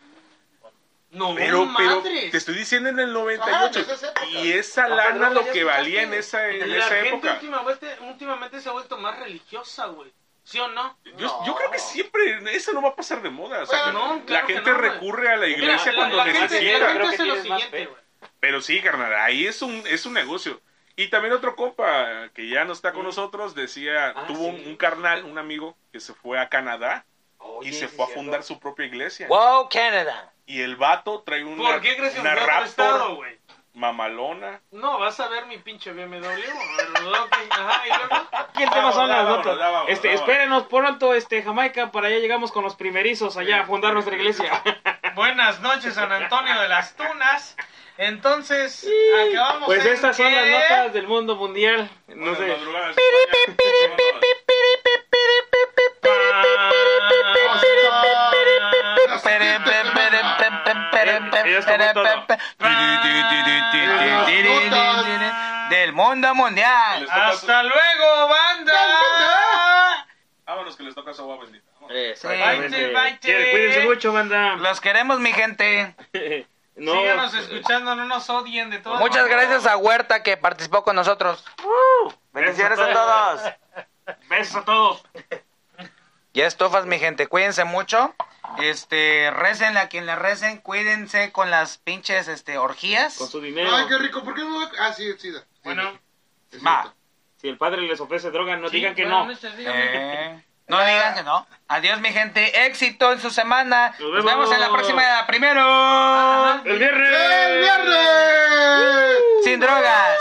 Speaker 1: No,
Speaker 4: Pero, pero,
Speaker 1: madres. Ah,
Speaker 4: te estoy diciendo en el
Speaker 9: Ajá, desde
Speaker 4: 98.
Speaker 9: esa época.
Speaker 4: Y esa Ah, lana lo que valía en esa, en
Speaker 1: La
Speaker 4: esa
Speaker 1: gente
Speaker 4: época.
Speaker 1: últimamente, últimamente se ha vuelto más religiosa, güey. ¿Sí o no?
Speaker 4: Yo, yo creo que siempre, eso no va a pasar de moda. O sea,
Speaker 1: Bueno, no,
Speaker 4: la
Speaker 1: claro que
Speaker 4: gente
Speaker 1: no, güey.
Speaker 4: recurre a la
Speaker 1: Mira,
Speaker 4: iglesia
Speaker 1: la-
Speaker 4: cuando
Speaker 1: la,
Speaker 4: necesita.
Speaker 1: gente, la gente
Speaker 2: Creo que
Speaker 1: hace lo
Speaker 2: tienes más
Speaker 1: siguiente,
Speaker 2: fe.
Speaker 1: güey.
Speaker 4: Pero sí, carnal, ahí es un, es un negocio. Y también otro compa que ya no está
Speaker 1: Mm.
Speaker 4: con nosotros decía,
Speaker 2: Ah,
Speaker 4: tuvo un,
Speaker 2: sí.
Speaker 4: un carnal, un amigo, que se fue a Canadá
Speaker 2: Oye,
Speaker 4: y se
Speaker 2: sí
Speaker 4: fue a
Speaker 2: es
Speaker 4: fundar
Speaker 2: cierto.
Speaker 4: su propia iglesia.
Speaker 3: Wow, Canadá.
Speaker 4: Y el vato trae una,
Speaker 1: ¿Por qué crees que
Speaker 4: una
Speaker 1: me fue
Speaker 4: Raptor
Speaker 1: arrestado, güey?
Speaker 4: mamalona.
Speaker 1: No, vas a ver mi pinche BMW. güey, lo que- Ajá, y luego.
Speaker 2: Aquí el tema son las
Speaker 4: Vámonos,
Speaker 2: notas.
Speaker 4: vámonos,
Speaker 2: Este,
Speaker 4: vámonos.
Speaker 2: espérenos pronto, este, Jamaica, para allá llegamos con los primerizos allá a fundar nuestra iglesia.
Speaker 1: Buenas noches, San Antonio de las Tunas. Entonces, acabamos
Speaker 2: Pues
Speaker 1: en
Speaker 2: estas son
Speaker 1: que-
Speaker 2: las notas del mundo mundial. No
Speaker 4: Buenas
Speaker 2: sé.
Speaker 4: madrugadas, España.
Speaker 3: Del mundo mundial.
Speaker 4: Les toca su-
Speaker 1: Hasta luego, banda.
Speaker 4: Vámonos que les toca su agua bendita. Vámonos.
Speaker 2: Exactamente.
Speaker 1: Baite, baite.
Speaker 2: Sí, Ah, pues, eh, Cuídense mucho, banda.
Speaker 3: Los queremos, mi gente.
Speaker 2: No,
Speaker 1: Síganos escuchando, no nos odien de todas
Speaker 3: Muchas
Speaker 1: maneras.
Speaker 3: gracias a Huerta que participó con nosotros.
Speaker 2: Bendiciones a todos. Besos a todos.
Speaker 3: Ya estofas, mi gente. Cuídense mucho. Este, recen a quien le recen. Cuídense con las pinches este, orgías.
Speaker 2: Con su dinero.
Speaker 9: Ay, qué rico. ¿Por qué no va a... Ah, sí, sí. da. Sí,
Speaker 1: Bueno,
Speaker 9: es
Speaker 3: Va.
Speaker 2: Si el padre les ofrece droga, no
Speaker 1: sí,
Speaker 2: digan que
Speaker 1: buenas
Speaker 2: no.
Speaker 1: noches, díganme.
Speaker 3: Eh, no digan que no. Adiós, mi gente. Éxito en su semana.
Speaker 2: Nos
Speaker 3: Nos
Speaker 2: vemos.
Speaker 3: vemos, en la próxima. Primero,
Speaker 1: Ajá.
Speaker 2: El viernes.
Speaker 9: ¡El viernes!
Speaker 3: sin drogas.